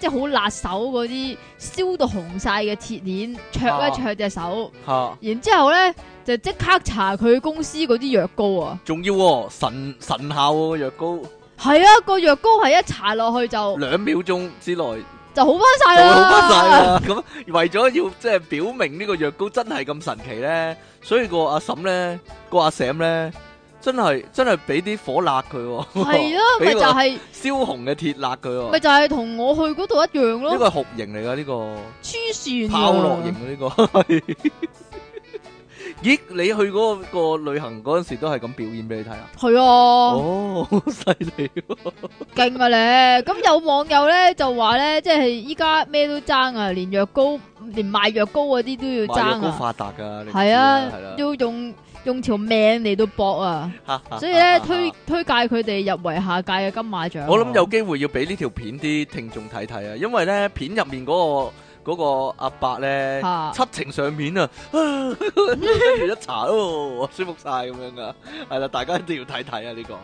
即係好辣手嗰啲燒到紅晒嘅鐵鏈，灼
啊
一灼隻手，然之後咧就即刻查佢公司嗰啲藥膏啊，
仲要喎、神神效喎、藥膏，
係啊，個藥膏係一搽落去就
兩秒鐘之內就會
就好翻晒啦，
好翻晒啦。咁為咗要即係表明呢個藥膏真係咁神奇咧，所以個阿嬸咧，個阿 Sam 咧，真係真係俾啲火辣佢、喎，
係啊，
(laughs)
咪
俾
就
個
係
燒紅嘅鐵辣佢、喎。
咪就係同我去嗰度一樣
呢
咯，
個係酷刑嚟噶，呢、個
黐線啊㗎
拋落型嘅呢個。咦，你去嗰、個旅行嗰陣時都係咁表演俾你睇啊？
係啊，
哦，好犀利喎！
勁啊你！咁有網友咧就話咧，即係依家咩都爭啊，連藥膏、連賣藥膏嗰啲都要
賣藥
爭
膏
啊，
發達㗎，你
係
知係
啊
啦，
要用用條命嚟到搏
(laughs)
啊！所以咧推推介佢哋入圍下屆嘅金馬獎啊。
我諗有機會要俾呢條片啲聽眾睇睇啊，因為咧片入面嗰、個嗰個阿伯咧
嚇
七情上面啊， (laughs) 跟住一查哦，舒服晒咁樣噶，係啦，大家一定要睇睇啊呢、個。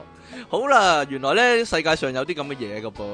好啦，原來咧世界上有啲咁嘅嘢噶噃，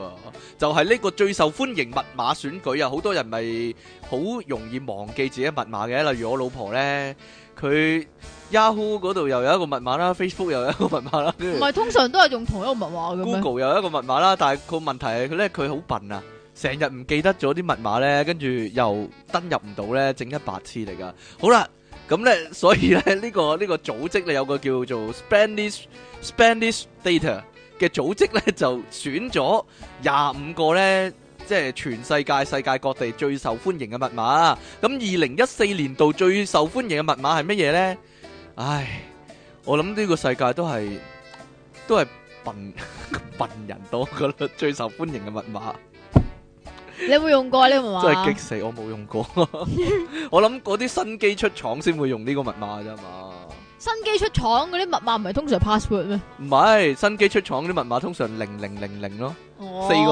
就係、呢個最受歡迎密碼選舉啊，好多人咪好容易忘記自己密碼嘅，例如我老婆咧，佢 Yahoo 嗰度又有一個密碼啦，Facebook 又有一個密碼啦，跟
唔
住。
係通常都係用同一個密碼嘅咩？
Google 有一個密碼啦，但係個問題係佢咧佢好笨啊，成日唔記得咗啲密碼咧，跟住又登入唔到咧，整一白痴嚟噶。好啦，咁咧所以咧呢、個呢、個組織咧有個叫做 Spanish Spanish Data 嘅組織咧就選咗廿五個咧。即係全世界世界各地最受歡迎嘅密碼，咁二零一四年度最受歡迎嘅密碼係乜嘢呢？唉，我諗呢個世界都係都係笨笨人多噶啦，最受歡迎嘅密碼
你有冇用啊過呢個密碼？
真係激死我冇用過。 (laughs) 我諗嗰啲新機出廠先會用呢個密碼啫嘛，
新機出廠嗰啲密碼唔係通常 password 咩？
唔係新機出廠啲密碼通常零零零零咯。
哦
四個零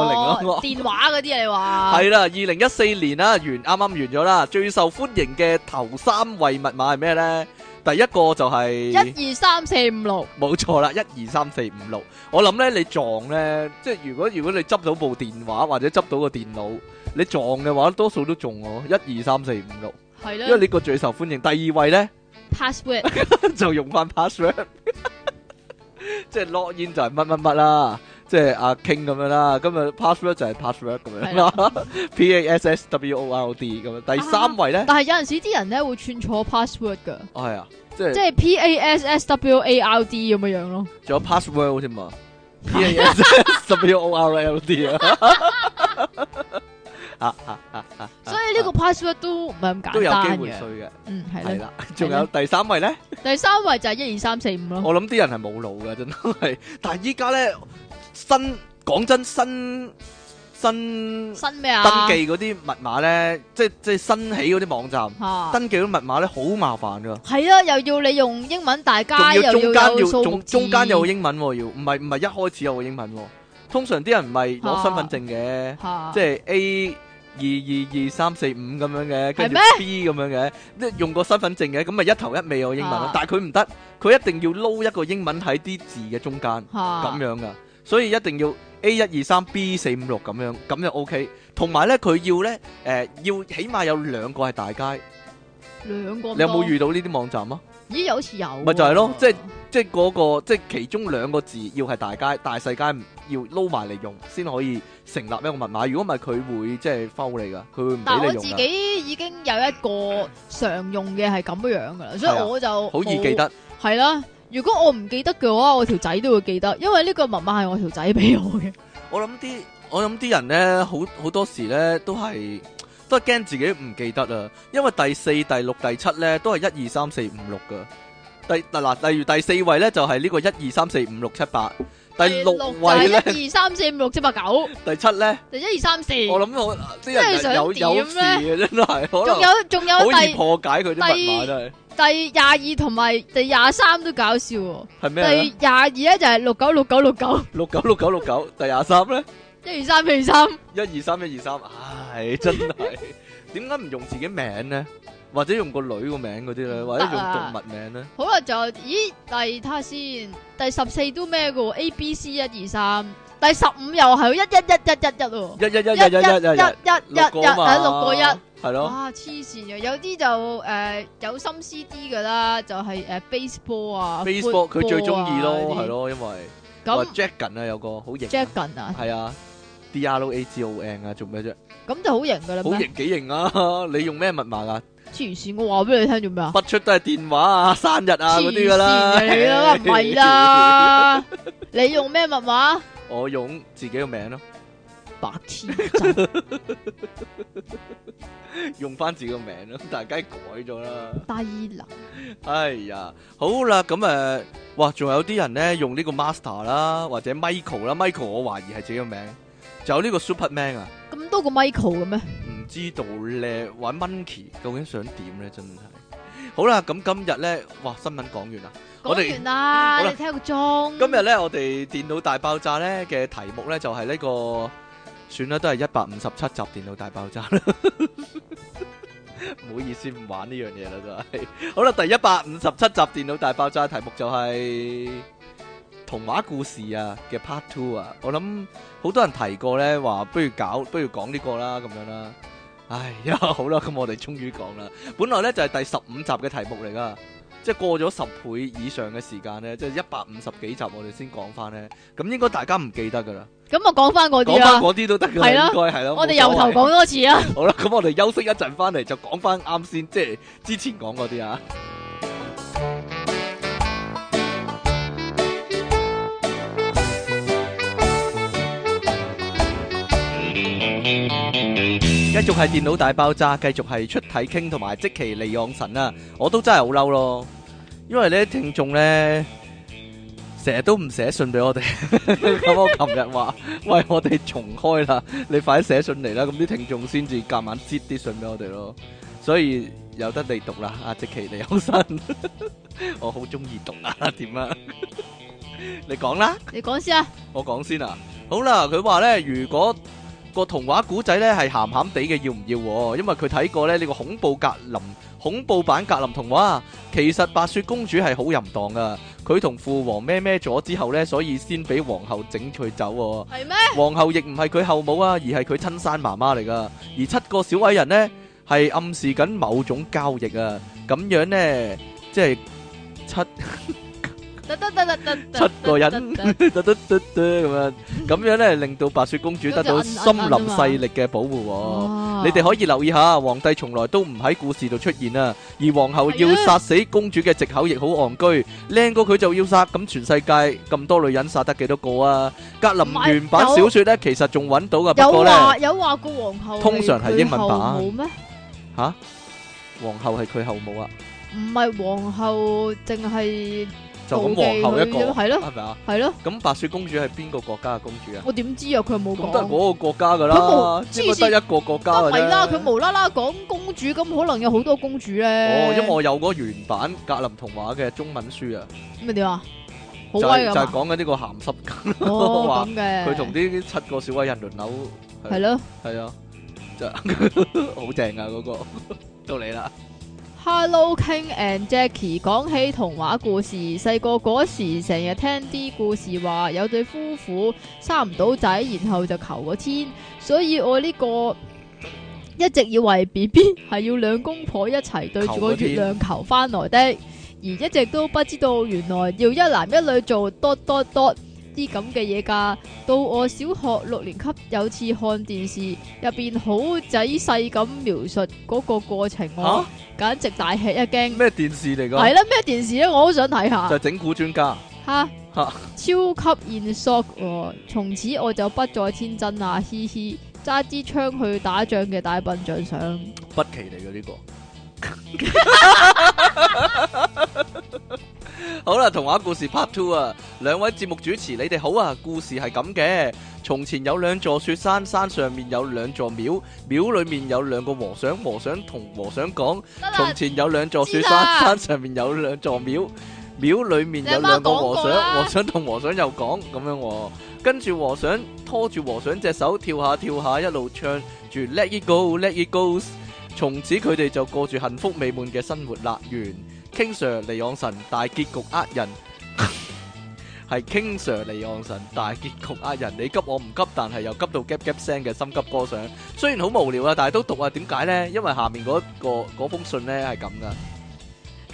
咯
電話嗰啲啊你話
係啦，二零一四年啦，完啱啱完咗啦，最受歡迎嘅頭三位密碼係咩呢？第一個就係、
一二三四五六，
冇錯啦，一二三四五六。我諗咧，你撞咧，即係如果如果你執到部電話或者執到個電腦，你撞嘅話，多數都中我一二三四五六，
係
因為
啦
呢個最受歡迎。第二位咧
password
(laughs) 就用翻 password，即係 login 就係乜乜乜啦，即係阿 King 咁樣啦。今日 password 就係 password 咁樣啦，P (laughs) A S S W O R D 咁樣。第三位咧，
但係有陣時啲人咧會串錯 password 㗎，
哦係啊，即
即
係
係 P A S S W A R D 咁樣樣咯。
仲有 password 添 (laughs) 嘛，P A S S W O R L D (laughs) 啊。
所以呢個 password 都唔係咁
都有
簡
機
單
會衰
嘅。
嘅，
嗯，係
係
啦。
啦。仲有第三位咧，
第三位就係一二三四五咯。
我諗啲人係冇腦嘅，真係。但係依家咧新講真新新
新咩啊？
登記嗰啲密碼咧，即係即係新起嗰啲網站
嚇
登記嗰啲密碼咧，好麻煩噶。
係啦，又要你用英文，大家
仲要
又
中間
有
要
數目
中
字
中間有個英文喎，要唔係唔係一開始有個英文喎。通常啲人唔係攞身份證嘅。
嚇，
即係 A 二二二三四五咁樣嘅，跟住
係
B 咁樣嘅，即係用個身份證嘅，咁咪一頭一尾有英文
啊
咯。但係佢唔得，佢一定要撈一個英文喺啲字嘅中間
嚇
咁樣噶，所以一定要 A 一二三 B 四五六咁樣，咁就 OK。同埋咧，佢要咧誒要起碼有兩個係大街，
兩個咁
你有冇
多
遇到呢啲網站啊？
咦，有好似有。
咪就係咯即係即係嗰個即係其中兩個字要係大街大細街唔要撈埋嚟用先可以成立一個密碼，如果唔係佢會即係 foul 你噶，佢會唔
但
俾
我
你
自
用㗎
己已經有一個常用嘅係咁樣噶啦，所
係
以
啊
我就
好易
冇
記。得，
係啦，如果我唔記得嘅話，我條仔都會記得，因為呢個密碼係我條仔俾我嘅。
我諗啲我諗啲人咧，好好多時咧都係都係驚自己唔記得啊，因為第四、第六、第七咧都係一二三四五六噶，第嗱嗱，例如第四位咧就係呢個一二三四五六七八，第六位咧，
就係一二三四五六七八九，
第七咧，
就一二三四。
我
仲
諗我啲
真係
人
想
有有
點
事
咧
嘅真係，可能
有仲有
好易
第
破解佢啲密碼
第
真係，
第廿二同埋第廿三都搞笑喎。
係咩
第
咧？
廿二咧就係六九六九六九，
六九六九六九，第廿三咧，
一二三一二三，
一二三一二三，
(laughs)
唉，真係點解唔用自己名咧？或者用個女個名嗰啲咧，或者用
得啊
動物名咧？
好啦，仲有咦第睇下先，第十四都咩嘅喎？A B C 一二三，第十五又係一一一一一一喎。
一一一
一
一一一一一。
一
六個
一
嘛，
喺六個一，
係咯，
哇黐線嘅，有啲就誒有心思啲噶啦，就係誒 baseball 啊
Facebook 佢最中意咯，
football 啊
係，咯，因為
嗰
話
啲
Dragon 啊有個好型
咁
啊，
Dragon 啊，
係啊，D R A G O N 啊，做咩啫？
咁就好型噶啦
好
咩？
型幾型啊！ (laughs) 你用咩密碼啊？
黐線，我話俾你聽做咩啊？
不出都係電話啊、生日啊嗰啲噶啦，
黐線嘅你啦，唔
(laughs)
係，啦，你用咩密碼？
我用自己個名咯，
白痴仔，
用翻自己個名咯，但係梗係改咗啦。
低能，
哎呀，好啦，咁誒，呃哇，仲有啲人咧用呢個 Master 啦，或者 Michael 啦，Michael 我懷疑係自己個名，仲有呢個 Superman 啊。
咁多個 Michael 嘅咩？
唔知道咧，玩 monkey 究竟想點咧？真係好啦，咁今日咧，哇，新聞講完啦。我哋
講完啦，
好啦
你睇下個鐘。
今日咧，我哋電腦大爆炸咧嘅題目咧就係呢個，算啦，都係一百五十七集電腦大爆炸啦。 (laughs) 唔好意思，唔玩呢樣嘢啦，真係。好啦，第一百五十七集電腦大爆炸題目就係童話故事啊嘅 Part Two 啊。我諗好多人提過咧，話不如搞，不如講呢個啦，咁樣啦。唉 (laughs) 呀，好啦，咁我哋終於講啦。本來咧就係第十五集嘅題目嚟噶。即係過咗十倍以上嘅時間咧，即係一百五十幾集我哋先講翻咧，咁應該大家唔記得噶啦，
咁我講翻嗰啲
講翻
啦，
嗰啲都得噶啦，
係
應
啦
該係啦。
我哋
冇
由
所
頭
謂
講多次啊。
(laughs) 好啦，咁我哋休息一陣，翻嚟就講翻啱先，即係之前講嗰啲啊。繼續係電腦大爆炸，繼續係出體傾同埋即其利昂神啊！我都真係好嬲咯，因為咧聽眾咧成日都唔寫信俾我哋， (laughs) 咁我琴日話喂我哋重開啦。 (laughs) 你快啲寫信嚟啦，咁啲聽眾先至夾硬擠啲信俾我哋咯。所以有得你讀啦，阿即奇你有新，我好中意讀啊， (laughs) 點啊？你講啦，
你講先啊，
我講先啊。好啦，佢話咧，如果個童話古仔咧係鹹鹹地嘅，要唔要喎？因為佢睇過咧呢個恐怖格林恐怖版格林童話，其實白雪公主係好淫蕩噶，佢同父皇咩咩咗之後咧，所以先俾皇后整佢走喎。
係咩？
皇后亦唔係佢後母啊，而係佢親生媽媽嚟噶。而七個小矮人呢，係暗示緊某種交易啊。咁樣呢，即係七
得得得得得得，
七個人
得得得
嘟嘟嘟嘟咁樣，咁樣呢，令到白雪公主得到森林勢力嘅保護喎。
哇
哦你哋可以留意下，皇帝從來都唔喺故事度出現啊，而皇后要殺死公主嘅藉口亦好戇居，靚過佢就要殺，咁全世界咁多女人殺得幾多個啊？格林原版小説呢，其實仲揾到噶，不過
有
呢，
話有話個皇后
通常係英文版
冇咩？
皇后係佢後母啊，
唔係皇后，淨係
就咁皇后一個，
妒忌佢係咯
係咪啊？
係咯。
咁白雪公主係邊個國家嘅公主啊？
我點知啊？佢冇
咁都係
講。
嗰個國家噶
佢
啦
冇，黐線
應該得一個國家嘅
啊唔係啦，
啫
佢。無啦啦講公主，咁可能有好多公主咧。
哦，因為我有嗰個原版格林童話嘅中文書啊，
咁咪點啊？好
就
威
係就係
咁
講緊呢個鹹濕梗，
哦
話
咁嘅。
佢同啲七個小矮人輪流
係咯
係啊，就 (laughs) 好正啊嗰個。 (laughs) 到你啦，
，Hello King and Jackie 講起童話故事，細個嗰時成日聽啲故事話有對夫婦生唔到仔，然後就求個天，所以我呢、個。一直以為 B B 係要兩公婆一齊對住個月亮球翻來的，而一直都不知道原來要一男一女做 dot dot dot 啲咁嘅嘢㗎。到我小學六年級有次看電視，入邊好仔細咁描述嗰個過程，我簡直大吃一驚。
咩電視嚟
係
㗎？
啦，咩電視咧？我好想睇下
就。係整蠱專家。
吓
吓
超級 in shock 喎！從此我就不再天真啦，嘻嘻！揸支槍去打仗嘅大笨象上。
不期嚟嘅呢個。 (laughs) 好啦，童話故事 Part Two 啊，兩位節目主持，你哋好啊！故事係咁嘅，從前有兩座雪山，山上面有兩座廟，廟裏面有兩個和尚，和尚同和尚講，
得啦
從，前有兩座雪
知啦
山，山上面有兩座廟，廟裏面有
你阿媽
兩個和
講過啦
尚，和尚同和尚又講咁樣喎，跟住和尚拖住和尚隻手跳下跳下，一路唱住 Let It Go，Let It Go，從此佢哋就過住幸福美滿嘅生活啦。完。King Sir 離岸神大結局呃人， (laughs) 係 King Sir 離岸神大結局呃人。你急我唔急，但係又急到 gap gap 聲嘅心急歌上。雖然好無聊啊，但係都讀啊。點解呢？因為下面嗰、個嗰封信呢係咁噶。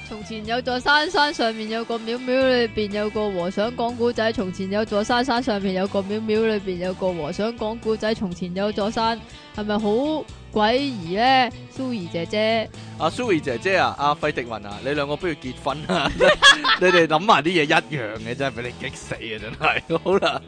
從前有座山，山上面有個廟，廟裏边有個和尚講古仔。從前有座山，山上面有個廟，廟裏边有個和尚講古仔。從前有座山，係咪好詭異咧？蘇兒姐姐，
阿 Suri 姐姐啊，阿費迪雲啊，你兩個不如結婚啊！你哋諗埋啲嘢一樣嘅，真係俾你激死啊！真係好啦，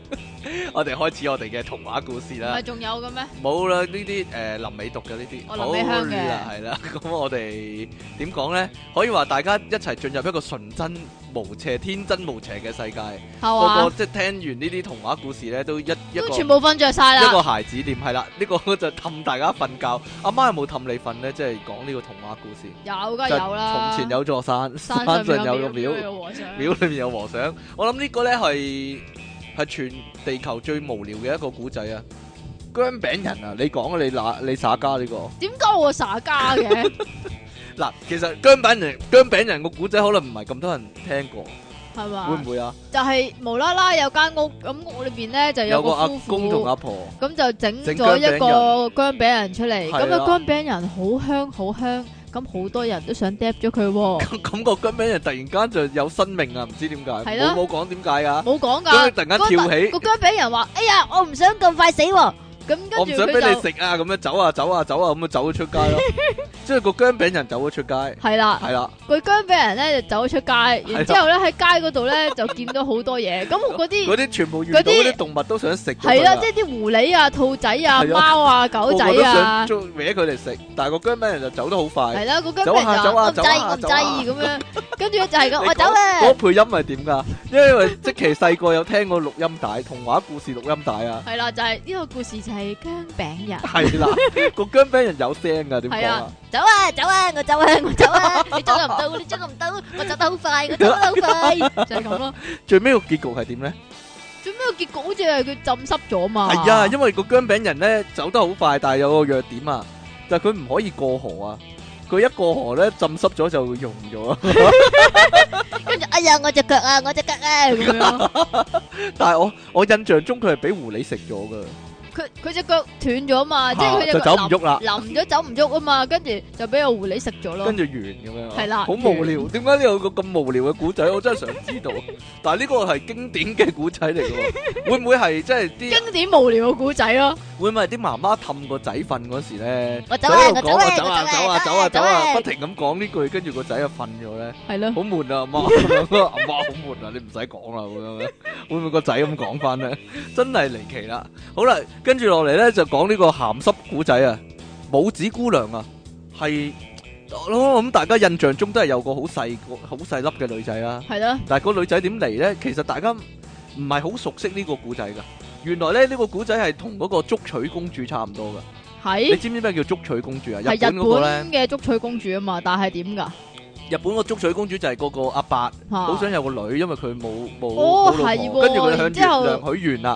我哋開始我哋嘅童話故事
唔
啦
係。仲有嘅咩？
冇啦，呢啲誒臨尾讀嘅呢啲，
我臨尾香嘅
好啦，係啦。咁我哋點講咧？可以話大家一齊進入一個純真無邪、天真無邪嘅世界。
係
個個
嘛？
即係聽完呢啲童話故事咧，都一一
啊都
個
全部瞓着晒
一個
啦。
孩子念係啦。呢個就氹大家瞓覺。阿媽有冇氹你瞓咧？即係講呢個童話故事。
有噶
就
有啦。
從前有座山，山
山
上
上
有個
廟，
廟。
和尚。
廟裏面有和尚。我諗呢個呢係係全地球最無聊嘅一個古仔啊！姜餅人啊，你講啊，你哪你耍家呢、個
點解我耍
(laughs)
家嘅？
嗱，其實姜餅人姜餅人個古仔可能唔係咁多人聽過，
係
會唔
嘛？
會啊？
就係無啦啦有間屋，咁屋裏边咧就
有個
個
阿
夫
公同
婦。
阿婆，
咁就整
整
咗一個姜餅人出嚟，
係
咁
啦
啊姜餅人好香好香，咁好多人都想嗒咗
(laughs)
佢喎，
咁個姜餅人突然間就有生命啊！唔知點解，
係咯
冇冇講點解啊？
冇講
咁佢
㗎。
突然間跳起
個，個姜餅人話：哎呀，我唔想咁快死喎。咁跟
我唔
住
想俾你
佢就
食啊！咁樣走啊走啊走啊，咁啊走咗出街 (laughs) 咯。即係個姜餅人走咗出街，
係啦，
係啦。
個姜餅人咧就走咗出街，然之後咧喺街嗰度咧就見到好多嘢，咁嗰啲
(laughs) 嗰啲全部遇到
嗰啲
嗰啲動物都想食咗佢
係啦，
啦
即係啲狐狸啊、兔仔啊、
係啊
貓啊、狗仔啊。
個個都想捉搿佢嚟食，但係個姜餅人就走得好快。
係啦，個姜
走
餅
下
人
走下
就我唔制，
走下
我唔制
走下
咁樣，跟住就係咁，
你
我走
講
啦。
嗰個配音係點㗎？因為即其細個有聽過錄音帶、童話故事錄音帶
(laughs)
啊，
係啦，就係呢個故事就係姜
(laughs)
餅人。
係啦，個姜餅人有聲㗎，點講
係啊
啊？，
走啊走啊，我走啊我
(laughs)
走啊，你追我唔到，你追我唔到，我走得好快，我走得好快，就係咁咯。
最尾個結局係點咧？
最尾個結果好似係佢浸濕咗嘛。
係啊，因為個姜餅人咧走得好快，但係有個弱點啊，就係佢唔可以過河啊。佢一過河咧，浸濕咗就 (laughs) 會溶咗啊。
跟住哎呀，我只腳啊，我只腳啊咁樣咯。
但係我我印象中佢係俾狐狸食咗㗎，
佢佢只腳斷咗嘛，即係佢
嚇
隻
就
腳
走唔喐啦。
淋咗走唔喐啊嘛，跟住就俾個狐狸食咗咯
跟。住完咁樣啊，
係啦
好
完
無聊。點解呢有個咁無聊嘅古仔？我真係想知
(laughs)
道。但係呢個係經典嘅古仔嚟嘅喎，會唔會係即係啲
經典無聊嘅故仔咯，
會唔會係啲媽媽氹個仔瞓嗰時咧？
我走
就
啊
喺
我
度
走
講
啊
我走啊
我走啊
走啊走啊
走
走
啊
啊，
走啊
不停咁講呢句，跟住個仔就瞓咗咧，(laughs)
係咯，
好悶啊！阿媽咁樣阿媽好悶啊！你唔使講啦咁樣，會唔會個仔咁講翻咧？真係離奇啦！好啦，跟住落嚟咧就講呢個鹹濕古仔啊，拇指姑娘啊，係。我諗大家印象中都係有個好細個、好細粒嘅女仔啦。
係咯，
但係個女仔點嚟呢？其實大家唔係好熟悉呢個古仔㗎。原來咧呢、呢個古仔係同嗰個捉取公主差唔多㗎。你
係
知唔知咩叫捉取公主啊？日
係
本嗰個呢
日本，嘅捉取公主啊嘛，但係點㗎？
日本個捉取公主就係嗰個阿伯好
嚇
想有個女，因為佢冇冇
啊哦
冇老
係
婆，
喎
跟住佢
然之後
向月亮許願啦，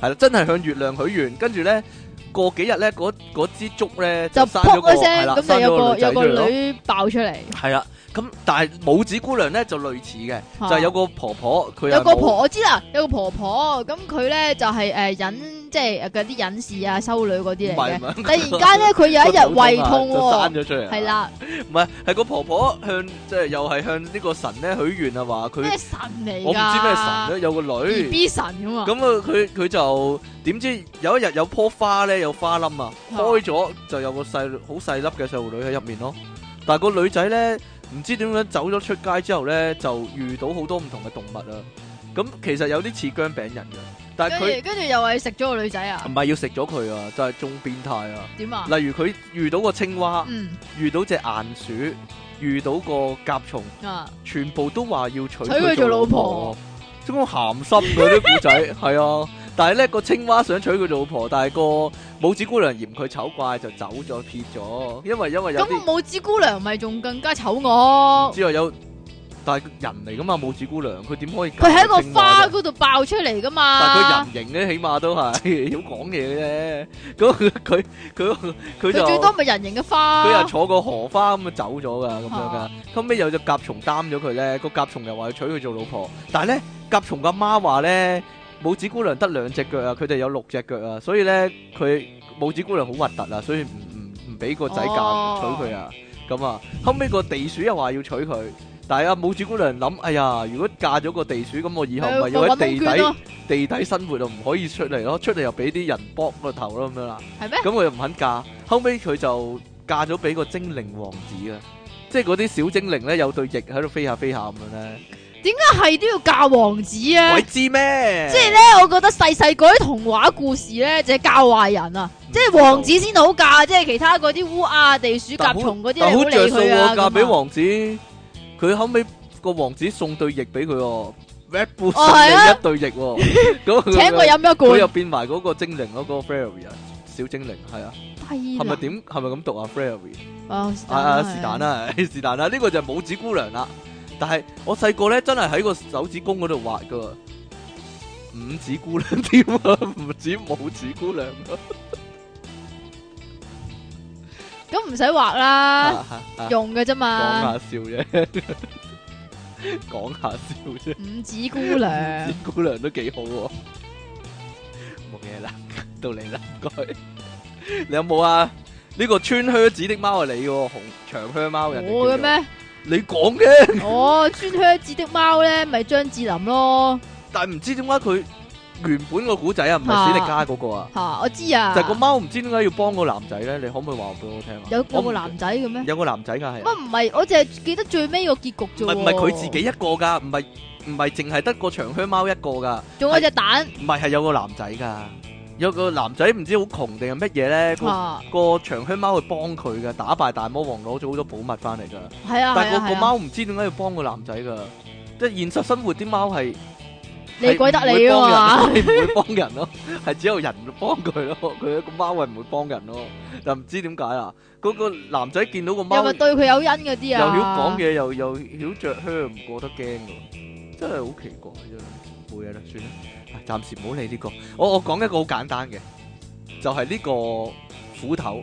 嚇，
係啦，真係向月亮許願，跟住呢，過幾日呢，嗰嗰支竹呢，
就
生咗個
撲一
係
聲，
啦
咁
生
就
咗
有
個
個
女仔出
有
嚟
個
咯。
女爆出嚟。
系啦，咁但系拇指姑娘咧就類似嘅，
嚇
就係有個婆婆，佢
啊有
個
個婆我知啦，有個婆婆咁佢咧就係誒隱即係誒嗰啲隱士啊修女嗰
唔係
啲嚟嘅。
唔係
突然間咧，佢有一日胃痛喎，
啊就生咗出嚟，啊
係，啦，
唔係係個婆婆向即係又係向呢個神咧許願啊，話佢
咩神嚟㗎？
我唔知咩神咧，有個女。
，B B 神咁 (laughs) 嘛。
咁啊，佢佢就點知有一日有棵花咧，有花冧啊，
啊
開咗就有個細路好細粒嘅細路女喺入面咯。但係個女仔咧，唔知點樣走咗出街之後咧，就遇到好多唔同嘅動物啊。咁其實有啲似姜餅人嘅，但係
跟
佢
住跟住又係食咗個女仔啊
唔？係要食咗佢啊，就係、仲變態啊！
點啊？
例如佢遇到個青蛙，
嗯，
遇到只鼹鼠，遇到個甲蟲，
啊，
全部都話要娶
娶佢做老
婆
婆，
真係好鹹濕嗰啲古仔，係啊。但係咧個青蛙想娶佢做老婆，但係個拇指姑娘嫌佢醜怪就走咗撇咗，因為因為有
咁
啲
拇指姑娘咪仲更加醜惡，
之後有，但係人嚟噶嘛拇指姑娘，佢點可以
佢喺
個
個花啊嗰度爆出嚟噶嘛
但，佢人形咧，起碼都係 (laughs) 要講嘢嘅啫。咁佢佢佢佢
佢
就
最多咪人形嘅
佢又
花，
坐個荷花咁啊走咗噶咁樣噶
啊。
後尾有隻甲蟲擔咗佢咧，個甲蟲又話要娶佢做老婆，但係咧甲蟲阿媽話咧，拇指姑娘得兩隻腳啊，佢哋有六隻腳啊，所以咧佢拇指姑娘好核突啊，所以唔唔唔俾個仔嫁
哦
娶佢啊。咁啊，後尾個地鼠又話要娶佢。但係阿拇指姑娘諗，哎呀，如果嫁咗個地鼠，咁我以後咪要喺地
咪搵窿捐
底
咯
地底生活就啊唔可以出嚟咯，出嚟又俾啲人剝個頭咯咁樣啦。
係 (laughs) 咩？
咁佢又唔肯嫁，後尾佢就嫁咗俾個精靈王子啊！即係嗰啲小精靈咧，有對翼喺度飛下飛下咁樣咧，
點解係都要嫁王子啊
鬼？知咩？
即係咧，我覺得細細個啲童話故事咧，就係教壞人啊！即係王子先好嫁，即係其他嗰啲烏鴉、地鼠、甲
但好
蟲嗰啲
但
你
好
好理
着數
佢啊！
喎，嫁俾
咁啊
王子，佢後尾個王子送對翼俾佢喎，Red Bull
哦係啊
送你一對翼喎，
(laughs)
咁佢
(laughs) 請佢飲一
佢又
罐，
變埋嗰個精靈嗰個 Fairy 啊，小精靈係啊，
低
係咪
能
點係咪咁讀啊 Fairy？
哎啊是
啊啊是但，啦， (laughs) 是但啦，呢個就係拇指姑娘啦。但係我細個咧，真係喺個手指公嗰度畫噶五指姑娘添啊， (laughs) 唔止拇指姑娘
咁唔使畫啦，
啊。啊啊
用嘅啫
講
嘛。
下笑啫， (laughs) 講下笑啫。
五指姑
五
娘
指，姑娘都幾好喎，冇嘢啦， (laughs) 到你啦，唔該。你有冇啊？呢個穿靴子的貓係你喎，紅長靴貓人哋
我嘅
叫做？
哦咩？
你講嘅。
我穿靴子的貓咧，咪張智霖咯
但唔知點解佢原本個古仔啊，唔係史力加嗰個啊，
吓，我知啊。
就係個貓唔知點解要幫個男仔咧？你可唔可以話俾我聽啊？
有有
我
個
唔
男仔嘅咩？
有個男仔㗎係啊，
乜唔係？我淨係記得最尾個結局
唔
啫
係
喎。
唔係佢自己，一個㗎，唔係唔係淨係得個長靴貓一個㗎，
仲有隻蛋
唔係係有個男仔㗎，有個男仔唔知好窮定係乜嘢咧，個
吓，
個長靴貓去幫佢㗎，打敗大魔王攞咗好多寶物翻嚟㗎。
係啊
但係
係
個
啊
個
係啊，
貓唔知點解要幫個男仔㗎，即係現實生活啲貓係。
你鬼得你啊嘛。
(laughs) 係唔會幫人咯，你唔會幫人咯，係只有人幫佢咯，佢一個貓係唔會幫人咯，但唔知點解啦。嗰、個男仔見到個
又
貓
咪對佢有恩嗰啲
又
啊？
曉講嘢，又又曉着靴，唔過得驚噶，真係好奇怪真係。冇嘢啦，算啦，唉暫時唔好理呢、個。我我講一個好簡單嘅，就係、呢個斧頭，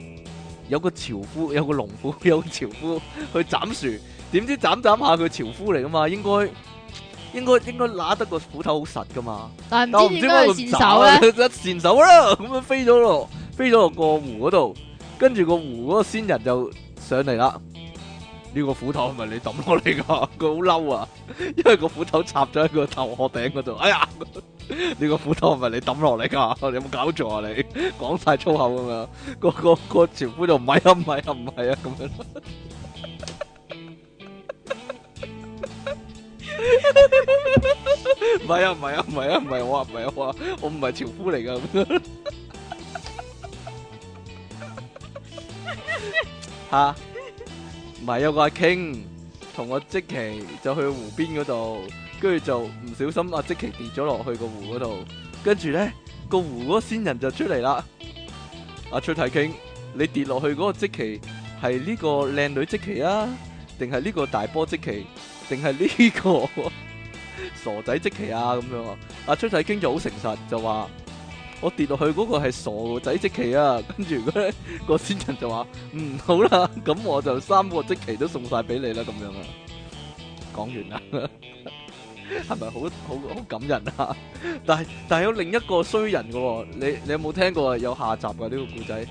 有個樵夫，有個農夫， (laughs) 有個樵夫去斬樹，點知斬斬下佢樵夫嚟噶嘛，應該應該應該揦得個斧頭好實噶嘛。
但
但我唔
係唔
知
知
點解
點解
佢唔
佢善手咧，
斬啊，一 (laughs) 善手啦，咁樣飛咗落，飛咗落個湖嗰度，跟住個湖嗰個仙人就上嚟啦。呢個斧頭係咪你抌落 (laughs) 嚟噶？佢好嬲啊，因為個斧頭插咗喺個頭殼頂嗰度。哎呀， (laughs) 呢個斧頭係咪你抌落嚟噶？ (laughs) 你有冇搞錯啊？你講晒粗口咁樣，個個個樵夫就唔係啊，唔係啊，唔係啊，咁樣。 (laughs) 唔係啊，唔係啊，唔係啊，唔係我啊，唔係我啊，我唔係樵夫嚟噶。吓，唔係有個阿 King 同我即期就去湖邊嗰度，跟住就唔小心阿即期跌咗落去個湖嗰度，跟住咧個湖嗰個仙人就出嚟啦。阿出體 King，你跌落去嗰個即期係呢個靚女即期啊，定係呢個大波即期，定係呢個？傻仔即奇啊咁樣啊，阿出體經就好誠實就話我跌落去嗰個係傻仔即奇啊， (laughs) 跟住嗰咧個仙人就話嗯好啦，咁我就三個即奇都送晒俾你啦咁樣啊，講完啦， (laughs) 係咪好好好感人啊？ (laughs) 但係但係有另一個衰人嘅喎，你你有冇聽過啊有下集嘅呢個故仔？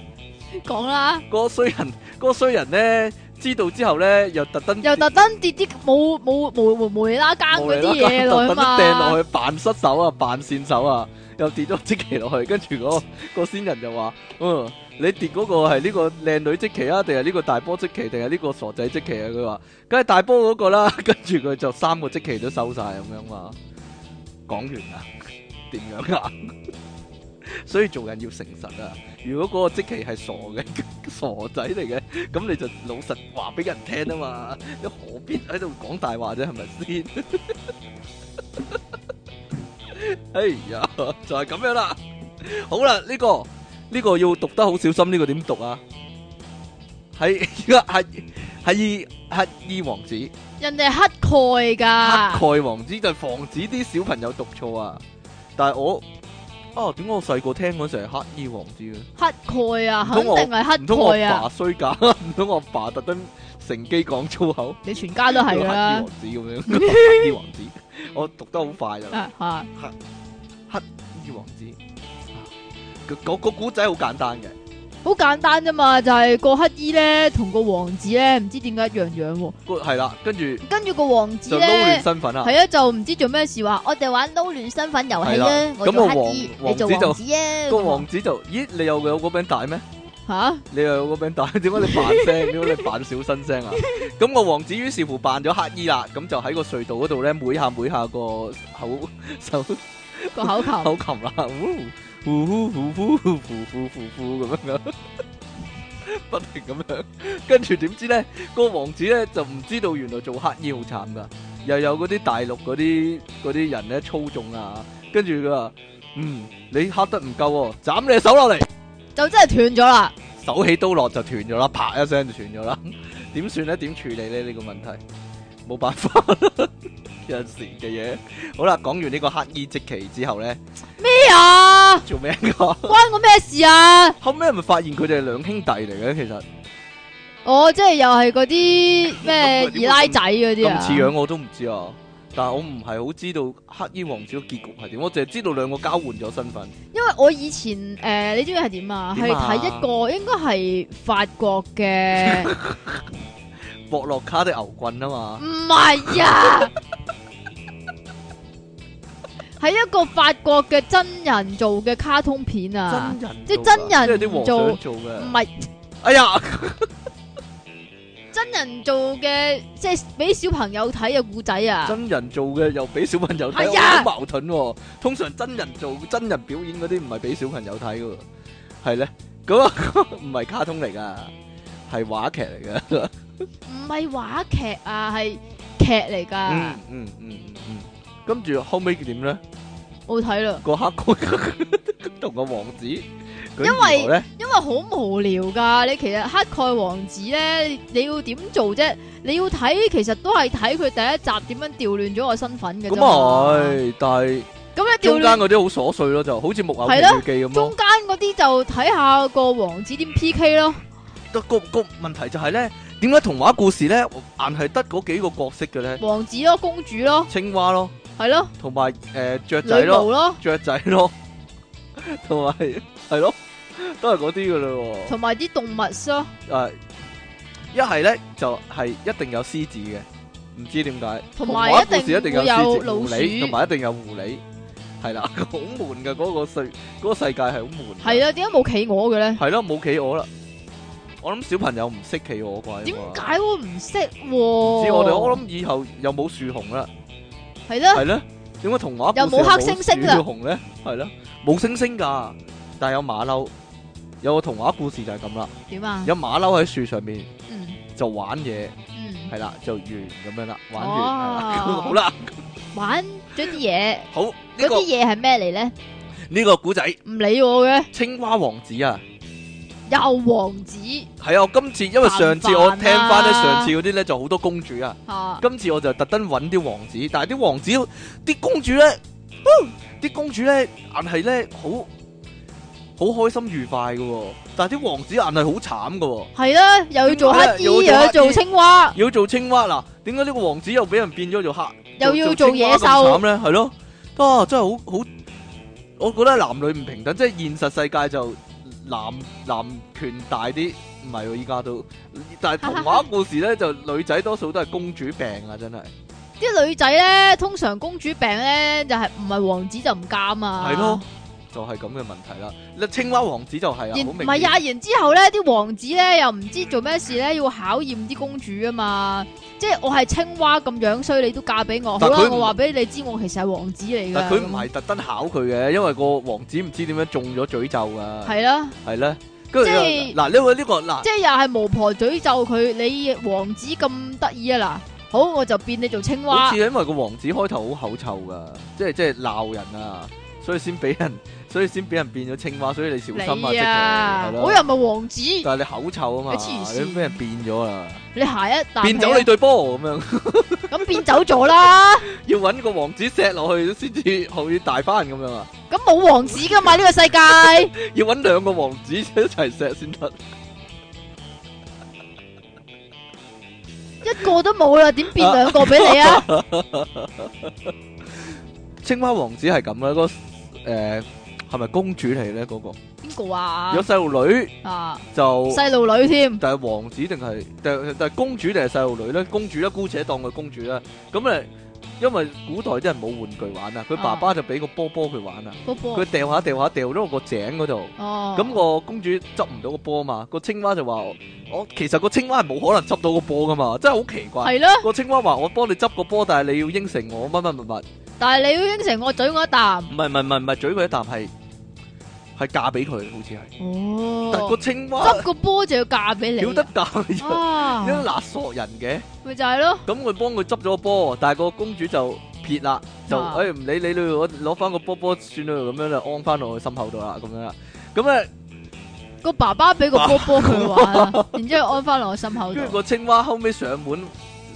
講啦，
嗰個衰人嗰個衰人咧知道之後咧又特登
又特登跌啲冇冇冇冇梅啦更嗰啲嘢落去嘛，
掟落去扮失手啊，扮線手啊，又跌咗積淇落去，跟住嗰個仙人就話：嗯，你跌嗰個係呢個靚女積淇啊，定係呢個大波積淇，定係呢個傻仔積淇啊？佢話：梗係大波嗰個啦。 (laughs) 跟住佢就三個積淇都收晒咁樣嘛。講完啦，點樣啊？ (laughs) 所以做人要誠實啊！如果嗰個即期係傻嘅 (laughs) 傻仔嚟嘅，咁你就老實話俾人聽啊嘛，你何必喺度講大話啫？係咪先？哎呀， (laughs) 就係、咁樣啦。好啦，呢、個呢、個要讀得好小心，呢、個點讀啊？喺而家 (laughs) 係乞係乞衣王子。
人哋係乞丐噶，
黑蓋王子就係防止啲小朋友讀錯啊！但係我啊，點解我細個聽嗰陣時係乞衣王子嘅？
乞丐啊，
唔
肯
通我
定係
唔
乞
通我
丐
阿
啊
爸，衰假？ (laughs) 唔通我阿爸特登乘機講粗口？
你全家啊都係
叫
噶啦，
乞衣王子咁樣，乞衣王子， (laughs) 我讀得好快㗎啦！
啊吓，
乞衣王子，啊個個個古仔好簡單嘅，
好簡單啫嘛，就係個乞衣咧同個王子咧唔知點解一樣樣喎，
個係啦，跟住
跟住個王子
就撈亂
咧。
身份啦。
係啊，就唔知做咩事話，我哋玩撈亂身份遊戲
係
啊，我
咁
做
個
乞衣，
王
你做
王
王
子
子啊，
個
咁啊
王子就咦，你又有嗰餅帶咩？
吓
你又有個餅帶， (laughs) 點解你扮聲？點解你扮小新
(laughs)
聲啊？咁個王子於是乎扮咗乞衣啦，咁就喺個隧道嗰度咧，每下每下個口手
個口琴。
(laughs) 口琴啦，呼呼呼呼呼呼呼呼呼咁樣， (laughs) 不停咁樣。跟住點知咧，個王子咧就唔知道原來做乞衣好慘噶，又有嗰啲大陸嗰啲嗰啲人咧操縱啊，跟住佢話：嗯，你黑得唔夠喎，斬你隻手落嚟！
就真係斷咗啦。
手起刀落就斷咗啦，啪一聲就斷咗啦。 (laughs) 點算咧？點處理咧？呢、個問題冇辦法， (laughs) 有陣時嘅嘢。好啦，講完呢個乞衣即期之後咧，
咩啊？
做咩噶？
關我咩事啊？
後尾咪發現佢哋係兩兄弟嚟嘅，其實
我即係又係嗰啲咩二奶仔嗰啲
咁
啊？
似樣我都唔知啊。但係我唔係好知道乞衣王子嘅結局係點，我淨係知道兩個交換咗身份。
因為我以前誒、呃你知唔知係點啊？係
點啊
睇一個應該係法國嘅，
(laughs) 博洛卡的牛棍啊嘛，
唔係啊，係一個法國嘅真人做嘅卡通片啊，
真人
即係
做
真
㗎
人
即係啲和
做啊
尚做
唔
嘅。
係
哎呀，
真人做嘅，即係俾小朋友睇嘅故仔啊。
真人做嘅又俾小朋友睇，
係啊
好矛盾喎、通常真人做真人表演嗰啲唔係俾小朋友睇噶，係咧，咁啊 (laughs) 唔係卡通嚟噶，係話劇嚟噶。
唔係話劇啊，係劇嚟㗎，
嗯嗯嗯嗯嗯。跟住後尾點咧？
我睇啦，
(laughs) 個黑哥同個王子，因
因為
咧
因為好無聊㗎。你其實黑蓋王子咧，你你要點做啫？你要睇其實都係睇佢第一集點樣調亂咗我身份嘅
咁
啫嘛。
係，但係
咁你調
中間
亂
嗰啲好瑣碎咯，就好似木偶
係咯
奇遇記咁
中
咯。
間嗰啲就睇下個王子點 P K 咯。
個個個問題就係咧，點解童話故事咧硬係得嗰幾個角色嘅咧？
王子咯，公主咯，
青蛙咯，
係咯，
同埋誒雀
女
仔咯
巫。咯，
雀仔咯，同埋係咯，都係嗰啲噶啦
同埋啲動物咯。
喎。誒，一係咧就係、一定有獅子嘅，唔知點解。童
同埋
話
一定
故事一定有
會有
獅子、
老
狐狸，
鼠
同埋一定有狐狸。係啦，好悶嘅嗰個世，嗰、個世界係好悶。
係，啊，點解冇企鵝嘅咧？
係咯，冇企鵝啦。我諗小朋友唔識企鵝啩。因
點
為
解我唔識喎？
唔
唔
知我哋，我諗以後又冇樹熊啦。
係啦，
係咧，點解童話故事
又冇黑猩猩啦
又冇鼠熊咧？係啦，冇星星㗎，但係有馬騮。有個童話故事就係咁啦，
點啊？
有馬騮喺樹上面
嗯
就玩嘢，
嗯。
係啦，就完咁樣啦，玩完係啦，(laughs)
哦
好啦，
玩咗啲嘢，
好呢
嗰
個
啲嘢係咩嚟咧？
呢個古仔
唔理我嘅，
青蛙王子啊，
又王子
係啊，我今次因為上次
煩
我
煩啊
聽翻咧，上次嗰啲咧就好多公主啊。
吓，
今次我就特登揾啲王子，但係啲王子啲公主咧，哦啲公主咧硬係咧好好開心愉快嘅喎，但係啲王子硬係好慘嘅喎，
係啦，又要做乞衣，
啊又
又
要做
要做
乞
青蛙，
要做青蛙嗱，點解呢個王子又俾人變咗做黑，
又要
做
做
青
野
蛙咁慘
獸，
咧？係咯，啊真係好好，我覺得男女唔平等，即係現實世界就男男權大啲，唔係喎依家都，但係童話故事咧就女仔多數都係公主病啊，真係。
啲女仔咧，通常公主病咧就係唔係王子就唔監啊，
係咯，就係咁嘅問題啦。嗱，青蛙王子就係啊，
然
好
唔
明
係
顯
啊，然之後咧，啲王子咧又唔知做咩事咧，要考驗啲公主啊嘛。即係我係青蛙咁樣衰，你都嫁俾我，好
但
啦
佢，唔
我話俾你知，我其實係王子嚟
但
㗎。
佢唔
咁
係特登考佢嘅，因為個王子唔知點樣中咗詛咒噶，
係啦，
係咧。跟住
即係
嗱呢個呢個嗱
即係又係巫婆詛咒佢，你王子咁得意啊嗱，好我就變你做青
好
蛙
似。因為個王子開頭好口臭噶，即係即係鬧人啊，所以先俾人，所以先俾人變咗青蛙，所以你小心啊，
你
直情
啊
係，
我
咯。
又唔係王子，
但係你口臭啊嘛
你黐，線
你俾人變咗啊，
你下一啖
變走
氣
你對波咁樣， (laughs)
啊咁變走咗啦。
要揾個王子錫落去先至可以大翻咁樣啊，
咁冇王子㗎嘛呢個
(laughs)
世界，
要揾兩個王子一齊錫先得。
一個都冇啦，點變兩個俾
(laughs)
你啊？
青蛙王子係咁啦，嗰個誒係咪公主嚟咧？嗰個
邊個啊
有？細路女
啊，
就。
細路女添。
但係王子定係但但係公主定係細路女咧？公主咧，姑且當佢公主啦。咁誒，因為古代啲人冇玩具玩啊，佢爸爸就俾個波波佢玩啊，
波波
佢掉下掉下掉咗個井嗰度。
哦，
咁個公主執唔到個波嘛，個青蛙就話我我其實個青蛙係冇可能執到個波噶嘛，真係好奇怪。
系咯，
個青蛙話我幫你執個波，但係你要應承我乜乜乜乜，
但係你要應承我嘴我一啖。
唔係唔係唔係唔係嘴佢一啖係係嫁俾佢，好似係。但係個
哦，
青蛙
執個波就要嫁俾你啊。
曉得嫁，你真
啊，
係勒索人嘅。
咪就係咯，
咁佢幫佢執咗個波，但係個公主就撇啦，就
啊
誒唔理你啦，我攞翻個波波算啦，咁樣就安翻落去心口度啦，咁樣啦。咁咧，
個爸爸俾個波波佢玩
(laughs)
啊，然之后安翻落我心口
跟住
度。
個青蛙後尾上門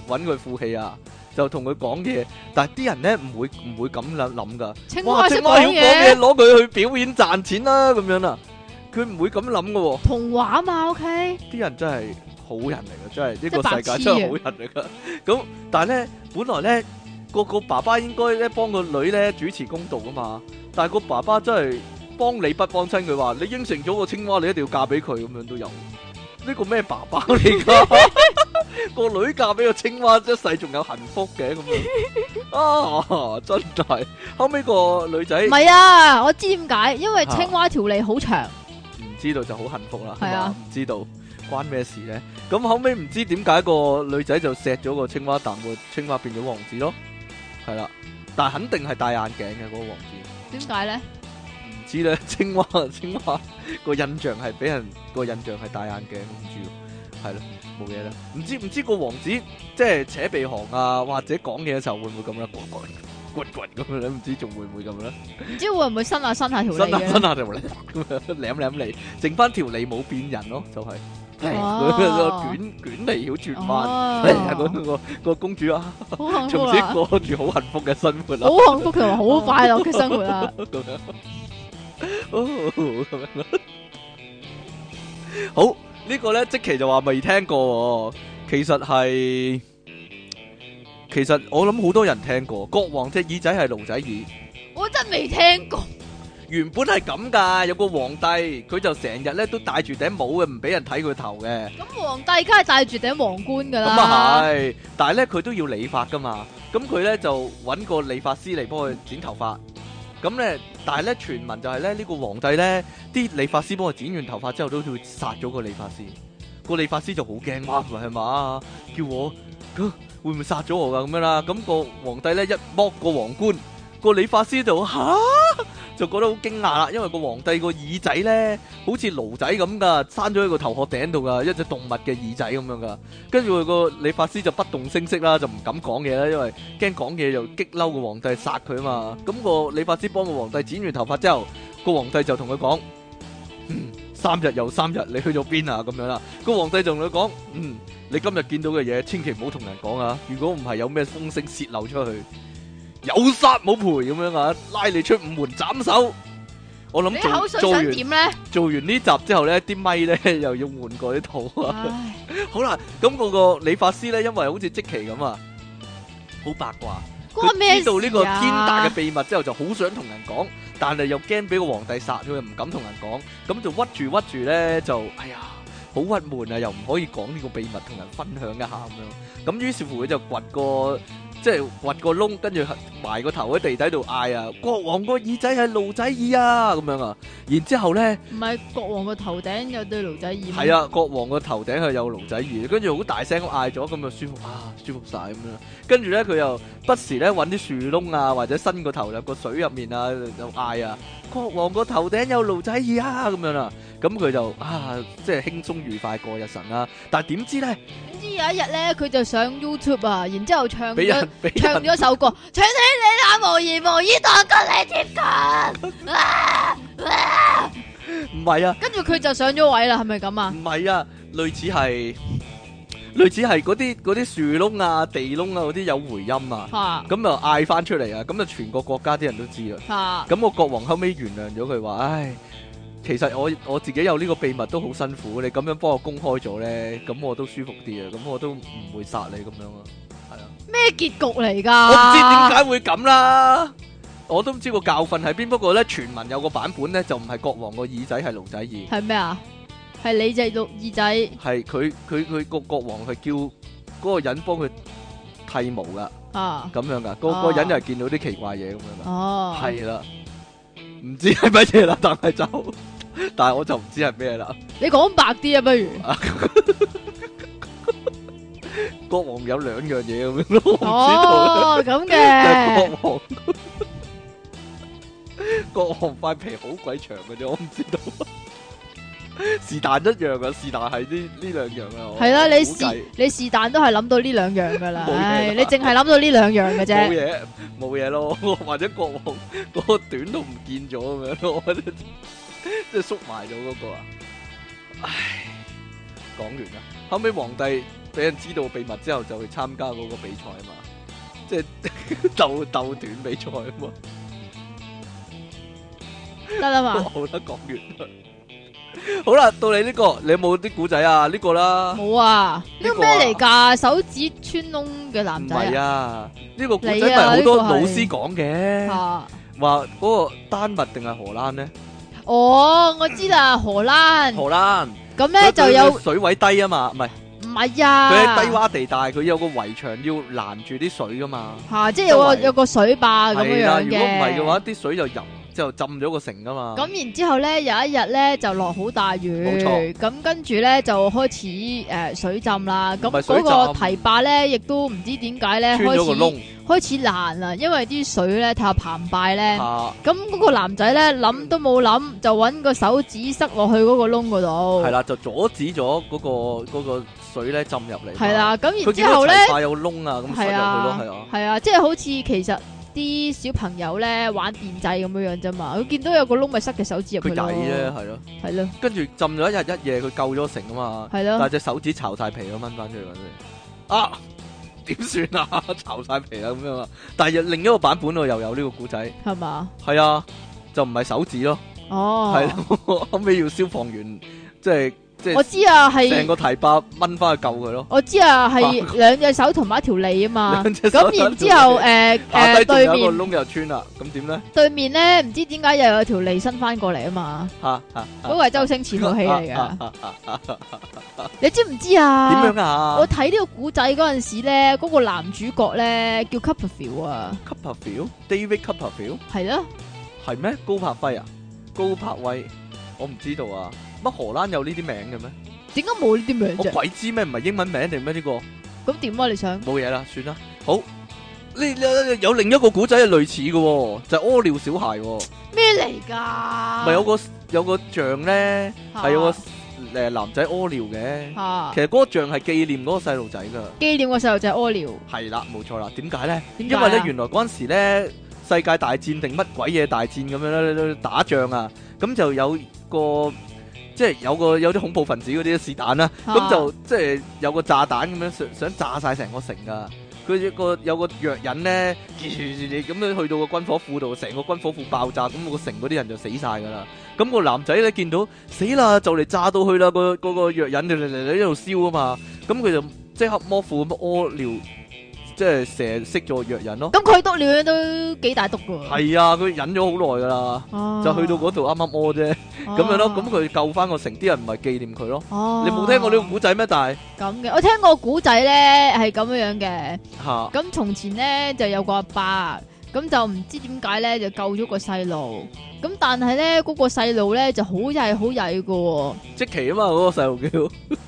揾佢負氣啊，就同佢講嘢，但係啲人咧唔會唔會咁諗諗噶。
青
哇，
蛙識
青蛙
講
要講嘢，
嘢，
攞佢去表演賺錢啦，咁樣啦。佢唔會咁諗噶喎，
童話嘛，OK，
啲人真係好人嚟噶，真係呢
真係
個世界
白痴啊
真係好人嚟噶。 (laughs) 咁但係咧，本來咧個個爸爸應該咧幫個女咧主持公道噶嘛，但係個爸爸真係幫你不幫親佢話，你應承咗個青蛙，你一定要嫁俾佢咁樣都有。呢個咩爸爸嚟噶？
(laughs)
個女嫁俾個青蛙，一世仲有幸福嘅咁樣啊！真係後尾個女仔
唔係啊，我知點解，因為青蛙條脷好長，
唔知道就好幸福啦，
係啊
係嘛唔知道關咩事咧？咁後尾唔知點解個女仔就錫咗個青蛙蛋，個青蛙變咗王子咯，係啦。但係肯定係戴眼鏡嘅嗰、個王子，
點解咧？
唔知咧 (laughs) 青蛙青蛙個印象係俾人個印象係戴眼鏡，唔知喎係咯，冇嘢啦。唔知唔知個王子即係扯鼻鼾啊，或者講嘢嘅時候會唔 (laughs) 會咁咧？滾滾滾滾咁樣咧，唔知仲會唔會咁咧？
唔知會唔會伸下伸下條脷
伸下伸
嘅？
下條脷，咁 (laughs) 樣舐舐脷，剩翻條脷冇變人咯，就係、 (laughs)
哦
捲捲脷要轉 (laughs) 彎。
哦，
嗰個個公主啊，
好幸福
從此
啊！
過住好幸福嘅生活啦，
好幸福，佢話好快樂嘅生
(laughs)
活啊！
咁樣，哦咁樣咯。好，呢個咧即期就話未聽過喎，其實係其實我諗好多人聽過，國王隻耳仔係驢仔耳。
我真未聽過。
原本係咁噶，有個皇帝，佢就成日咧都戴住頂帽嘅，唔俾人睇佢頭嘅。
咁皇帝梗係戴住頂皇冠噶
咁
啦，
啊係，但係咧佢都要理髮噶嘛。咁佢咧就揾個理髮師嚟幫佢剪頭髮。咁咧，但係咧傳聞就係咧呢個皇帝咧，啲理髮師幫佢剪完頭髮之後都會殺咗個理髮師。個理髮師就好驚，哇唔係嘛，叫我咁會唔會殺咗我噶咁樣啦？咁、個皇帝咧一剝個皇冠，個理髮師就吓，就覺得好驚訝啦，因為個皇帝個耳仔咧好似驢仔咁噶，生咗喺個頭殼頂度噶，一隻動物嘅耳仔咁樣噶。跟住個理髮師就不動聲色啦，就唔敢講嘢啦，因為驚講嘢就激嬲個皇帝殺佢啊嘛。咁、個理髮師幫個皇帝剪完頭髮之後，個皇帝就同佢講：嗯，三日又三日，你去咗邊啊？咁樣啦。個皇帝就同佢講：嗯，你今日見到嘅嘢，千祈唔好同人講啊！如果唔係有咩風聲泄漏出去，有殺冇賠咁樣啊，拉你出五門斬首。我
你
諗做
口水
做
想
完
點啊
(laughs)
咧？
做完呢集之後呢，啲咪呢又要換過啲套
(laughs)
啊。
唉，
好啦，咁嗰個理髮師咧，因為好似即期咁啊，好八卦，
關
佢
咩
知道呢個
事啊
天大嘅秘密之後，就好想同人講，但係又驚俾個皇帝殺咗，又唔敢同人講，咁就屈住屈住咧，就哎呀，好鬱悶啊，又唔可以講呢個秘密同人分享一下咁樣，咁於是乎佢就掘個即係掘個窿，跟住埋個頭喺地底度嗌啊！國王個耳仔係驢仔耳啊！咁樣啊，然之後咧。
唔係國王個頭頂有對驢仔耳咩。
係啊，國王個頭頂係有龍仔耳，跟住好大聲咁嗌咗，咁就舒服啊，舒服晒咁樣。跟住咧，佢又不時咧揾啲樹窿啊，或者伸個頭入個水入面啊，就嗌啊，國王個頭頂有龍仔耳啊，咁樣啦。咁佢就啊，即係輕鬆愉快過日神啦、但係點知咧，
總之有一日咧，佢就上 YouTube 啊，然之後唱
俾
咗
人俾
(laughs) 唱
人
咗首歌，唱起你那無言無依當跟你接近，
唔係啊。
跟住佢就上咗位啦，係咪咁啊？
唔係啊，類似係類似係嗰啲嗰啲樹窿啊、地窿啊嗰啲有回音啊，
嚇
咁就嗌翻出嚟啊，咁就全個國家啲人都知啦。
嚇
咁個國王後尾原諒咗佢話：，唉，其實我我自己有呢個秘密都好辛苦，你咁樣幫我公開咗咧，咁我都舒服啲啊，咁我都唔會殺你咁樣啊。
咩結局嚟
我唔知點
㗎？
解會咁啦，我都唔知個教訓喺邊。不過咧，傳聞有個版本咧就唔係國王個耳仔係龍仔耳。
係咩啊？係你隻鹿耳仔
係佢佢佢個國王係叫嗰個人幫佢剃毛噶，
啊？
咁樣噶，個、
哦
個人又係見到啲奇怪嘢咁樣噶，
哦，
係啦、唔知係乜嘢啦，但係就但係我就唔知係咩啦。
你講白啲啊，不如
國王有兩樣嘢咁
(laughs)
樣咯，我唔知道啦。(laughs)
哦咁
但
嘅
係國王 (laughs) 國王塊皮好鬼長嘅啫，我唔知道。是但一樣噶，是但係呢呢兩樣啊。我
係啦，你
估計
是你是但都係諗到呢兩樣㗎啦，
冇嘢啦
唉，你淨係諗到呢兩樣嘅
冇
啫，
嘢，冇嘢咯， (laughs) 或者國王 (laughs) 嗰個短都唔見咗咁樣咯， (laughs) 我覺得即係縮埋咗嗰個啊！唉，講完啦。後尾皇帝俾人知道秘密之後，就去參加嗰個比賽啊嘛，即係 (laughs) 鬥鬥短比賽啊
(laughs)
嘛。
得啦嘛，
(laughs) 好啦，講完啦。 (laughs) 好啦，到你呢個，你有冇啲古仔啊？呢個啦，
冇啊，呢個
呢個
咩
啊
嚟㗎？手指穿窿嘅男
唔
仔
係
啊
啊，呢個古仔
你
咪
啊
好多
呢個
老
係
師講嘅，
啊？
話嗰個丹麥定係荷蘭呢？
哦，我知啦，荷蘭
嗯荷蘭。
咁咧
佢-
就
佢
有
水位低啊嘛，唔係
唔係啊，
佢喺低洼地帶，佢有個圍牆要攔住啲水噶嘛。
嚇，即係有個
周圍
有個水壩啊咁
係
樣
啦，
樣
如果唔係嘅
嘅。
話，啲水就入之後浸咗個城噶嘛。
咁然之後咧，有一日咧就落好大雨，
啊冇錯
咁跟住咧就開始誒、呃水浸啦。咁
唔係
嗰
水浸
個堤壩咧，亦都唔知點解咧
穿
開
咗個
始
窿
開始爛啦，因為啲水咧太澎湃咧。
啊，
咁嗰個男仔咧諗都冇諗，就揾個手指塞落去嗰個窿嗰度。
係，啦，就阻止咗嗰個嗰個水咧浸入嚟。
係，啦。咁
啊佢
然
見
之
到
後咧，
齊塊有窿啊，咁塞入去
係
咯，係
啊
啊，，
係啊，即係好似其實啲小朋友咧玩電掣咁樣樣啫嘛。佢見到有個窿，咪塞隻手指入去
佢曳啊
咯。
啫，係咯。
係咯，
跟住浸咗一日一夜，佢救咗城啊嘛。
係
但係
咯，
隻手指巢晒皮咯，掹翻出嚟嗰陣啊，點算啊？ (laughs) 巢晒皮啦咁樣啊！但係另一個版本我又有呢個故仔。
係嘛？
系啊，就唔系手指咯，
哦，
系咯， (laughs) 后尾要消防员即系即
我
系
知啊，
成
係
个堤壩掹翻去救佢咯。
我知啊，係兩隻手同埋一條脷啊嘛。
(laughs) 兩隻手
咁然之後，誒
下啊低
誒
仲有
對
一個
面
窿又穿啦，咁點咧？
對面咧，唔知點解又有條脷伸翻過嚟啊嘛。
吓吓，
嗰個係周星馳套戲嚟
啊
㗎，你知唔知啊？
點樣啊？
我睇呢個古仔嗰陣時咧，嗰、個男主角咧叫 Copperfield 啊，
Copperfield，David Copperfield
係啦，
係咩？高柏輝啊？高柏威？我唔知道啊。乜荷蘭有呢啲名嘅咩？
點解冇呢啲名
我
啫？
鬼知咩？唔係英文名定咩？呢個
咁點啊？你想？
冇嘢啦，算啦。好，呢呢有另一個古仔係類似嘅喎，就係屙尿小孩喎。
咩嚟㗎？
咪有個有個像咧，
嚇
係有個誒呃男仔屙尿嘅。
嚇
其實嗰個像係紀念嗰個細路仔噶。
紀念個細路仔屙尿，
係啦，冇錯啦。點解咧？
點
因
解啊
為咧，原來嗰陣時咧，世界大戰定乜鬼嘢大戰咁樣咧，打仗啊，咁就有個即係有個有啲恐怖分子嗰啲是但啦，
嚇
咁就即係有個炸彈咁樣想想炸晒成個城噶。佢有個有個藥引咧，咁樣去到個軍火庫度，成個軍火庫爆炸，咁個城嗰啲人就死晒噶啦。咁、個男仔咧見到死啦，就嚟炸到去啦，個嗰個藥引嚟嚟嚟嚟喺度燒啊嘛。咁佢就即刻摸褲咁屙尿，即即係射識咗個藥引咯。
咁佢篤尿都幾大篤噶喎，
係啊，佢忍咗好耐㗎啦，
係
就去到嗰度啱啱屙啫，咁樣咯。咁佢救翻個城，啲人唔係紀念佢咯。
哦，
你冇聽過呢個古仔咩？但係
咁嘅，我聽過古仔咧係咁樣樣嘅。
嚇
咁從前咧就有個阿爸，咁就唔知點解咧就救咗個細路。咁但係咧嗰個細路咧就好曳好曳噶喎，
即奇啊嘛，嗰個細路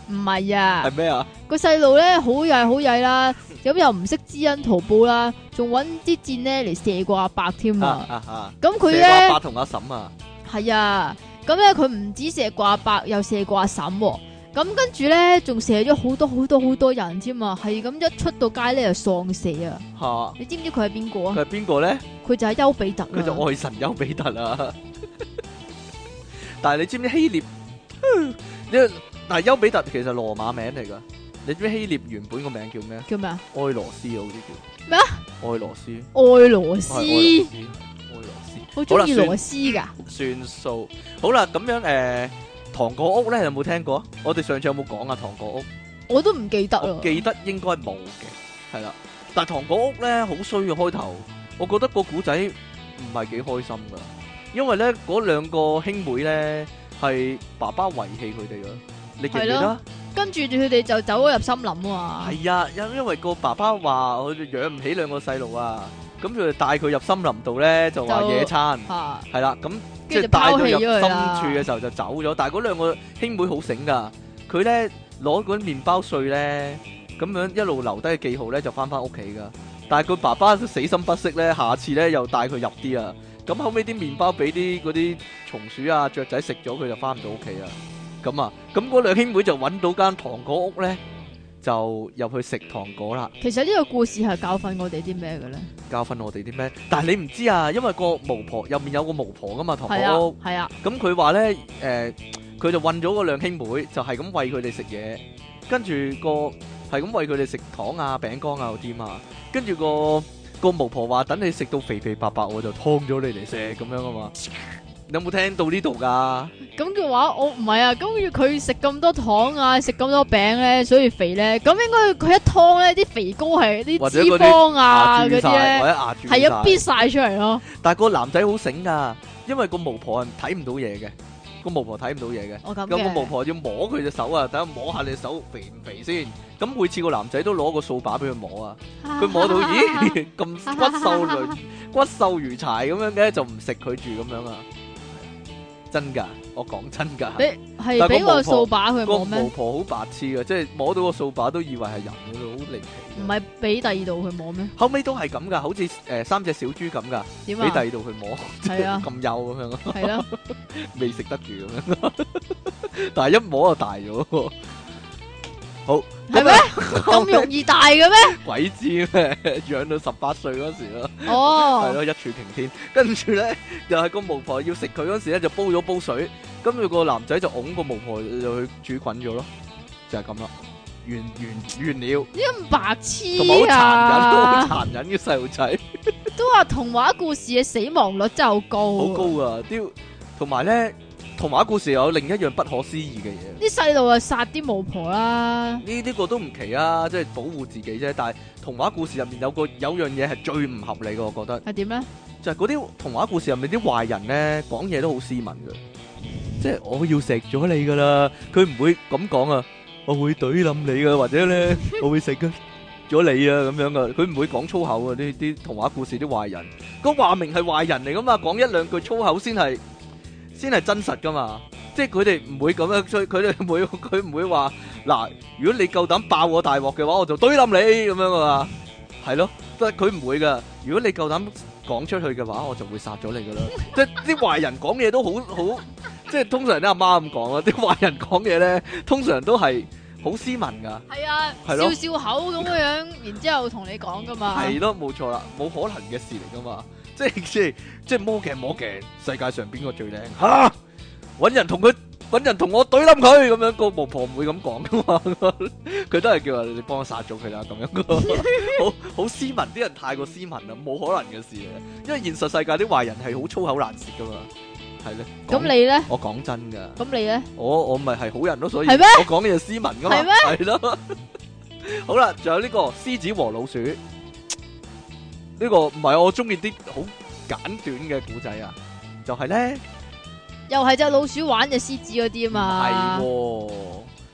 唔係啊
叫係。咩啊？
個細路咧好曳好曳啦，咁又唔識知恩圖報啦，仲揾支箭咧嚟射過阿伯添
啊
啊！
啊啊！
咁佢
射阿
咧
伯同阿嬸啊，
係啊，咁咧佢唔止射過阿伯，又射過阿嬸喎。咁跟住咧，仲射咗好多好多好多人添啊！係咁一出到街咧就喪射啊！
嚇
你知唔知佢係邊個啊？
佢係邊個咧？
佢就係丘比特啊
佢就愛神丘比特啊！ (laughs) 但係你知唔知希臘？ (laughs) 你但係丘比特其實羅馬名嚟㗎。你知唔知希臘原本個名叫咩？
叫咩啊？
埃羅斯啊，好似叫
咩
啊？愛羅斯，
愛羅斯
係，愛羅斯，愛羅
好中意
好啦
羅斯噶。
斯，算數。好啦，咁樣誒，糖果屋咧有冇聽過啊？我哋上次有冇講啊？糖果屋，
我都唔記得啊啦
我。記得應該冇嘅，係啦。但係糖果屋咧好衰嘅開頭，我覺得個古仔唔係幾開心噶，因為咧嗰兩個兄妹咧係爸爸遺棄佢哋噶，你記唔記
係
得
咯
啊？
跟住佢哋就走咗入森林啊！
係啊，因因為個爸爸話佢哋養唔起兩個細路啊，咁佢就帶佢入森林度咧就話
就
野餐。
吓，
係啦，咁即係
跟住就
帶
拋
到入
棄
深
咗佢啦
處嘅時候就走咗。但係嗰兩個兄妹好醒㗎，佢咧攞嗰啲麵包碎咧，咁樣一路留低嘅記號咧就翻翻屋企㗎。但係佢爸爸都死心不息咧，下次咧又帶佢入啲啊。咁後尾啲麵包俾啲嗰啲松鼠啊、雀仔食咗，佢就翻唔到屋企啊。咁啊，咁嗰兩兄妹就揾到間糖果屋咧，就入去食糖果啦。
其實呢個故事係教訓我哋啲咩嘅咧？
教訓我哋啲咩？但係你唔知啊，因為個巫婆入面有個巫婆㗎嘛，糖
係
果屋
啊。，係啊，
咁佢話咧，誒、佢就韞咗嗰兩兄妹，就係咁喂佢哋食嘢，跟住個係咁喂佢哋食糖啊、餅乾啊嗰啲嘛，跟住個個巫婆話等你食到肥肥白白，我就劏咗你嚟食咁樣啊
(laughs)
嘛。你有冇聽到呢度
啊
㗎？
咁嘅話我唔係啊，咁要佢食咁多糖啊，食咁多餅咧，所以肥咧，咁應該佢一湯咧，啲肥膏係啲
或者
脂
嗰啲
肪
壓
啊嗰
住
啲
晒，或
咧，
者壓住
係
晒。
啊，逼晒出嚟咯。
但係個男仔好醒㗎，因為個巫婆係睇唔到嘢嘅，個巫婆睇唔到嘢嘅。
我咁
咁個巫
嘅，
婆要摸佢隻手啊，等下摸下你手肥唔肥先。咁每次個男仔都攞個掃把俾佢摸啊。佢摸到，咦，咁骨瘦
(laughs)
如骨瘦如柴咁樣嘅，就唔食佢住咁樣啊！真㗎，我講真㗎。
你係
但
(laughs) 俾
係個
個
巫婆
掃把佢
個
冇咩
巫？婆好白痴嘅，即係摸到個掃把都以為係人嘅咯，好離奇。
唔，係俾第二度佢摸咩？
後尾都係咁㗎，好似誒三隻小豬咁㗎，
點
俾第
啊？
二度去摸， (laughs)
係啊
咁幼咁樣，
係啦，
未食得住咁樣， (laughs) 但係一摸就大咗喎。好，
係
咁
咩
啊？
咁容易大嘅咩？
鬼知咩？ (laughs) 養到十八歲嗰時咯。係
哦，
咯，一柱擎天。 (laughs) 跟住咧，又係個巫婆要食佢嗰時咧，就煲咗煲水，跟住個男仔就拱個巫婆就去煮滾咗咯，就係咁啦。完完完了，
咁白痴
同埋好殘忍，
啊！
都好殘忍 (laughs) 嘅細路仔，
都話童話故事嘅死亡率真係好高，
好高。噶。啲同埋咧，童話故事有另一樣不可思議嘅嘢。
啲細路啊殺啲巫婆啦，
呢呢個都唔奇啊，即係保護自己啫。但係童話故事入面有個有樣嘢係最唔合理嘅，我覺得。
係點咧？
就係嗰啲童話故事入面啲壞人咧，講嘢都好斯文嘅，即係我要食咗你噶啦，佢唔會咁講啊，我會懟冧你噶，或者咧我會食咗你啊咁樣噶，佢唔會講粗口啊，呢啲童話故事啲壞人，個話明係壞人嚟噶嘛，講一兩句粗口先係先係真實噶嘛，即係佢哋唔會咁樣，所以佢 (laughs) 哋唔會佢唔會話嗱，如果你夠膽爆我大鑊嘅話，我就懟冧你咁樣噶嘛，係咯，但係佢唔會噶，如果你夠膽。講出去嘅話，我就會殺咗你噶啦。 (laughs) 即係啲壞人講嘢都好好，即係通常啲阿媽咁講啦。啲壞人講嘢咧，通常都係好斯文噶。
係啊，
係咯
笑笑口咁樣，然之後同你講噶嘛。
係咯，冇錯啦，冇可能嘅事嚟噶嘛。 (laughs) 即係即係即係魔鏡魔鏡，世界上邊個最靚嚇？揾人同佢揾人同我懟冧佢咁樣，個巫婆唔會咁講噶嘛。 (laughs) 佢都係叫話你幫我殺咗佢啦咁樣 (laughs) 噶。好好斯文，啲人太過斯文啦，冇可能嘅事嚟。因為現實世界啲壞人係好粗口爛舌噶嘛，係咧。
咁
講
你咧？
我講真噶，
咁你咧？
我我咪係好人咯，所以
係咩
我講嘢斯文噶嘛， (laughs)
係咩
係咯。好啦，仲有呢個獅子和老鼠，呢個唔係我中意啲好簡短嘅古仔啊，就係咧。
又系只老鼠玩只狮子嗰啲啊嘛，
唔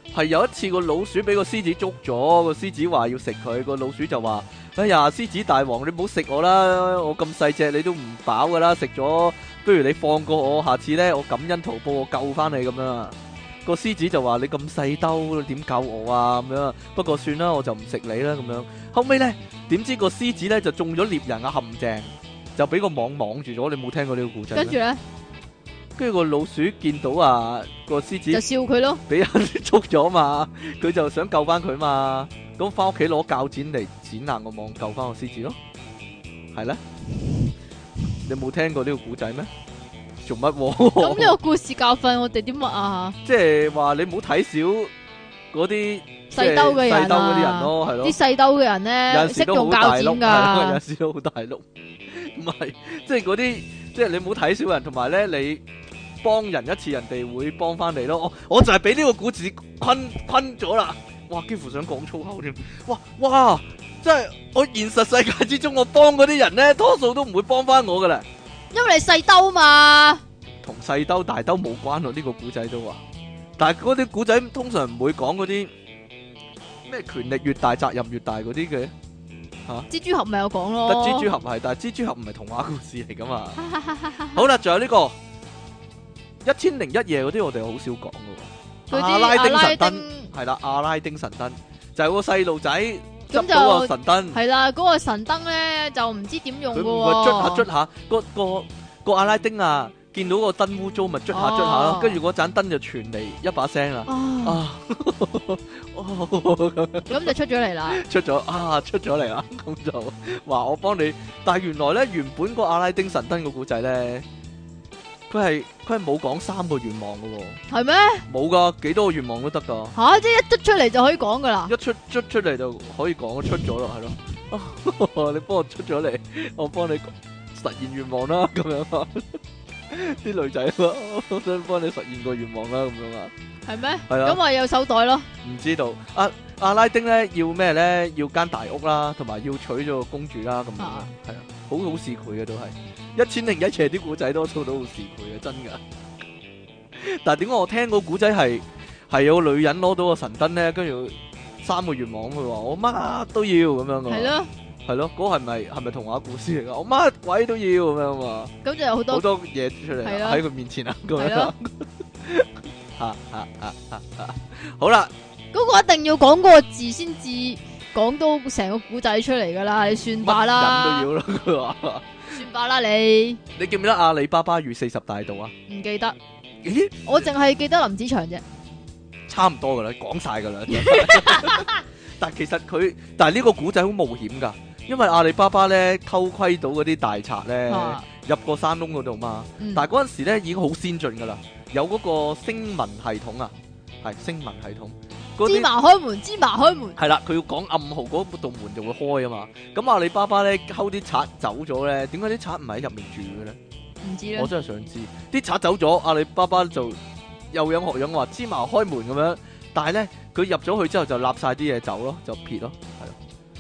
係喎，係有一次個老鼠俾個獅子捉咗，個獅子話要食佢，個老鼠就話：哎呀，獅子大王，你唔好食我啦，我咁細隻，你都唔飽噶啦，食咗，不如你放過我，下次呢，我感恩圖報，我救翻你咁樣啊。個獅子就話：你咁細兜，點救我啊？咁樣，不過算啦，我就唔食你啦。咁樣，後尾呢，點知個獅子呢就中咗獵人嘅陷阱，就俾個網網住咗。你冇聽過呢個故仔咩
跟住？咧
跟住個老鼠見到啊個獅子
就。笑
(laughs)
佢咯，
俾人捉咗嘛，佢就想救翻佢嘛，咁翻屋企攞铰剪嚟剪爛個網，救翻個獅子咯，係咧？你冇聽過呢個古仔咩？做乜
咁呢
喎？
个故事教训我哋啲乜啊？
(laughs) 即係話你唔好睇少嗰啲
細兜嘅人啊
細兜嗰啲人咯，係咯
啲。细兜嘅人
有陣
咧识
時都
用
好大
铰
碌
剪，
係咯有
噶
陣，時都好大碌。唔係，即係嗰啲，即係你唔好睇小人，同埋咧你幫人一次，人哋會幫翻你咯。我我就係俾呢個古字困困咗啦。哇，幾乎想講粗口添。哇哇，即係我現實世界之中，我幫嗰啲人咧，多數都唔會幫翻我噶啦。
因为你细兜嘛，
同細兜大兜冇關喎，呢、個古仔都話。但係嗰啲古仔通常唔會講嗰啲咩權力越大責任越大嗰啲嘅。
蜘蛛俠咪有讲咯，
得蜘蛛俠係，但係蜘蛛俠唔係童話故事嚟噶嘛。 (laughs) 好啦，仲有呢、個一千零一夜嗰啲，我哋好少講噶喎。
嗰啲
阿拉丁神燈
丁
係啦，阿拉丁神燈就係個細路仔執
就
到個神燈，
系啦，嗰个神灯咧就唔知点用
佢
噶
唔會捽下捽
喎，
下，個個個阿拉丁啊，見到個燈污糟咪捽下捽下咯
哦，
跟住嗰盞燈就傳嚟一把聲啦。
啊，
啊！ (laughs) 哦
咁就出咗嚟啦，
出咗啊， (laughs) 出咗嚟啦，咁就話我幫你，但係原來咧原本個阿拉丁神燈個古仔咧，佢係佢係冇講三個願望噶喎，
系咩？
冇噶，幾多個願望都得噶，
吓、即係一出出嚟就可以講噶啦，
一出出出嚟就可以講出咗啦，係咯，啊你幫我出咗嚟，我幫你實現願望啦，咁樣啊，啲女仔啊，我想幫你實現個願望啦，咁樣啊。
係咩？
係啊啦
咁咪有手袋咯，
唔知道阿阿拉丁咧要咩咧？要間大屋啦，同埋要娶咗個公主啦，咁樣
啊
係啊，好好市儈嘅都係一千零一夜啲古仔多數都好市儈嘅，真㗎。 (laughs) 但係點解我聽個古仔係係有個女人攞到個神燈咧，跟住三個願望，佢話我乜都要咁樣㗎，
係，咯，
係咯，嗰個係咪係咪童話故事嚟㗎？我乜鬼都要咁樣嘛。
咁就有好
好
多
多嘢出嚟
係
啦
啊
喺佢面前啊，咁樣
係
啦 (laughs)
咯，
嚇嚇嚇嚇嚇，好啦。
嗰個一定要講嗰個字先至講到成個古仔出嚟噶啦，你算吧啦，
乜人都要啦，佢話。
算吧啦你，
(laughs) 你記唔記得阿里巴巴與四十大盜啊？
唔記得，
咦，
我淨係記得林子祥啫，
差唔多噶啦，講晒噶啦。 (laughs) 但其實佢，但係呢個古仔好冒險㗎，因為阿里巴巴咧偷窺到嗰啲大賊咧、
啊
入個山窿嗰度嘛。
嗯
但係嗰陣時咧已經好先進㗎啦，有嗰個聲紋系統啊，係聲紋系統嗰
芝
啲。
麻開門，芝麻開門，
係啦，佢要講暗號嗰道門就會開啊嘛。咁阿里巴巴咧偷啲賊走咗咧，點解啲賊唔喺入面住嘅咧？
唔知
我
咧，
真係想知，啲賊走咗，阿里巴巴就有樣學樣話芝麻開門咁樣，但係咧佢入咗去之後就立晒啲嘢走咯，就撇咯，係咯，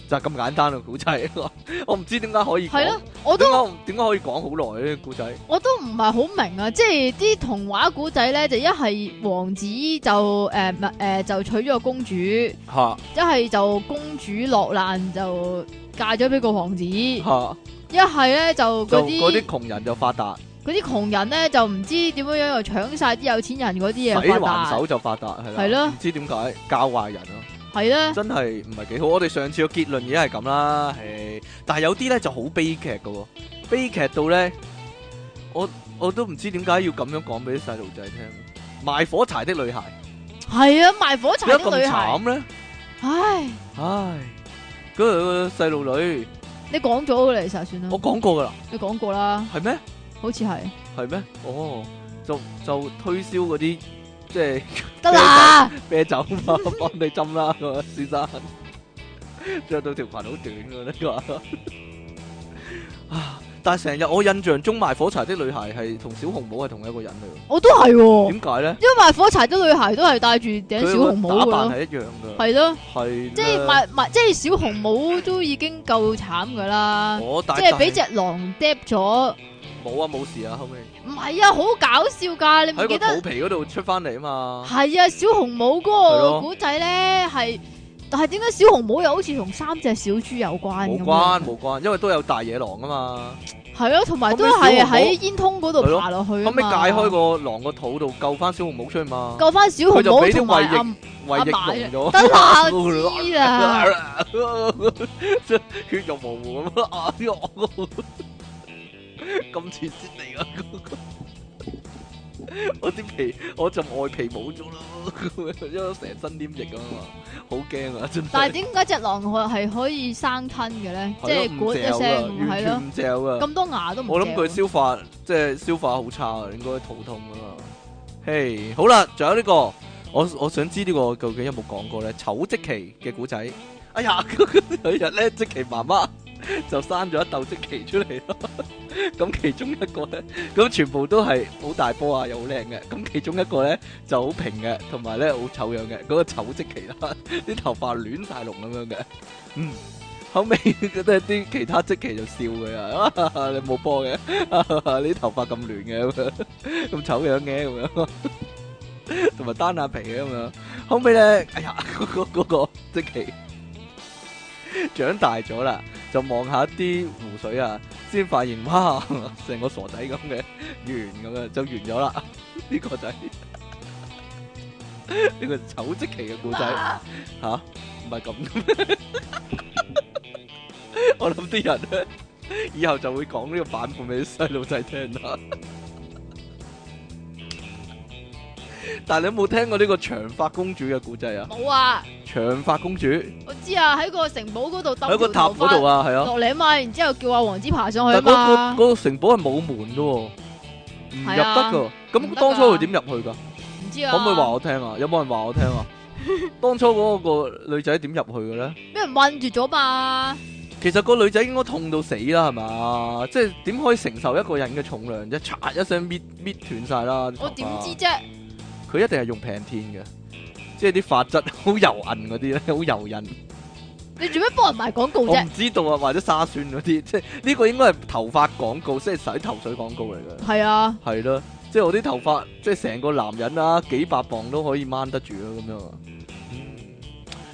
就係咁簡單啊古仔， (laughs) 我唔知點解可以講
係咯，，我
點
都
解我點解可以講好耐呢個古仔？
我都唔係好明啊，即係啲童話古仔咧就一係王子就诶唔诶就娶咗個公主。
嚇
一系就公主落難就嫁咗俾個王子，一
嚇，
係咧就
就
嗰
嗰啲
啲
窮人就發達，
嗰啲窮人咧就唔知點樣樣就搶晒啲有錢人嗰啲
使
嘢
還
發達，
手就發達，係啦，
係咯
唔知點解教壞人啊咯。
係啦，
真係唔係幾好。我哋上次嘅結論已經係咁啦，唉，但係有啲咧就好悲劇嘅喎，悲劇到咧，我我都唔知點解要咁樣講俾啲細路仔聽。賣火柴的女孩，
係啊，賣火柴
點解
啲
咁
女孩，
慘咧？
唉，
唉，嗰個細路女，
你講咗啦，其實算啦
我，講過㗎啦，
你講過啦，
係咩？
好似係
係咩？哦，就就推銷嗰啲即係。
得啦，
啤酒嘛，幫你斟啦，咁啊，先生。着到條裙好短嘅呢個啊，但但係成日我印象中賣火柴的女孩係同小紅帽係同一個人嚟
我都係
喎，
喎，
點解咧？
因為賣火柴啲女孩都係戴住頂
佢
小
個
紅帽
打
噶
扮
咯，
係一樣噶，
係咯，
係
即係
啦
賣賣即係小紅帽都已經夠慘噶啦，
我但
即係俾只狼嗒咗，
冇啊冇事啊，後尾
唔係啊，好搞笑㗎，你唔
喺
記
個
得？
肚皮嗰度出翻嚟啊嘛，
係啊，小紅帽
係
嗰個
咯
古仔咧係，但係點解小紅帽又好似同三隻小豬有關
冇
咁啊？
關冇關，因為都有大野狼啊嘛，
係咯，同埋都
後尾
係
小紅帽
喺煙通嗰度
係咯
爬落去
後
啊
尾
嘛。
解開個狼個肚度救翻小紅帽出去嘛，
救翻小紅帽同埋
(laughs)
暗
胃液
阿嫲
溶咗，
得啦，我知啦，
(laughs) 即 (laughs) 係血肉模糊咁啊！呢個咁前先嚟啊！我啲皮我就外皮冇咗啦， (laughs) 因為成身黏液咁啊嘛，好驚啊！真係
但係點解只狼係可以生吞嘅咧？即
係
係
咯
咕
唔
一
嚼啊
聲，
噶，完
係咯，
全唔嚼噶。
咁多牙都唔嚼。啊
我諗佢消化即係消化好差啊，應該肚痛啊嘛。嘿，好啦，仲有呢、個，我我想知呢個究竟有冇講過咧？醜積淇嘅古仔。哎呀， (laughs) 有一日咧，積淇媽 (laughs) 媽就生咗一竇積淇出嚟咯。 (laughs) 咁其中一個咧，咁全部都係好大波啊，又好靚嘅。咁其中一個咧就好平嘅，同埋咧好醜樣嘅，嗰、個醜積淇啦，啲頭髮亂晒龍咁樣嘅。嗯，後尾嗰啲啲其他積淇就笑佢啊， (laughs) 啊你冇波嘅。 (laughs) 你頭髮咁亂嘅咁樣， (laughs) 咁醜樣嘅咁樣， (laughs) 同埋單眼皮嘅咁樣。後尾咧，哎呀，嗰、個嗰、個即奇長大咗啦，就望下啲湖水啊，先發現哇， (laughs) 成個傻仔咁嘅完咁樣啊就完咗啦。 (laughs) 呢、個就係、呢個醜即奇嘅故仔吓，唔係咁。 (laughs) 我諗啲人咧。以後就會講呢個版本俾啲細路仔聽啦。 (laughs) 但係你有冇聽過呢個長髮公主嘅故仔啊？
冇啊！
長髮公主喺
我知啊，喺個城堡嗰度抌
個塔嗰度
啊
啊，係啊。
落嚟啊嘛，然之後叫阿王子爬上去啊
但係嗰
嘛
個，嗰個城堡係冇門噶，唔入
係啊
得噶。
唔
咁
得
當初
㗎
佢點入去噶？
唔知啊。
可唔可以話我聽啊？有冇人話我聽
(laughs)
啊？當初嗰個女仔點入去嘅咧？
俾人困住咗嘛？
其實個女仔應該痛到死啦，係嘛？即係點可以承受一個人嘅重量啫？嚓一聲搣搣斷晒啦！啲頭
我
髮
點知啫？
佢一定係用 Pantene 嘅，即係啲髮質好油韌嗰啲咧， (laughs) 好油韌。
你做咩幫人賣廣告
我
啫
唔？知道啊，或者沙宣嗰啲，即係呢個應該係頭髮廣告，即係洗頭水廣告嚟嘅。
係啊，
係咯，即係我啲頭髮，即係成個男人啊，幾百磅都可以掹得住啊，咁樣啊。嗯，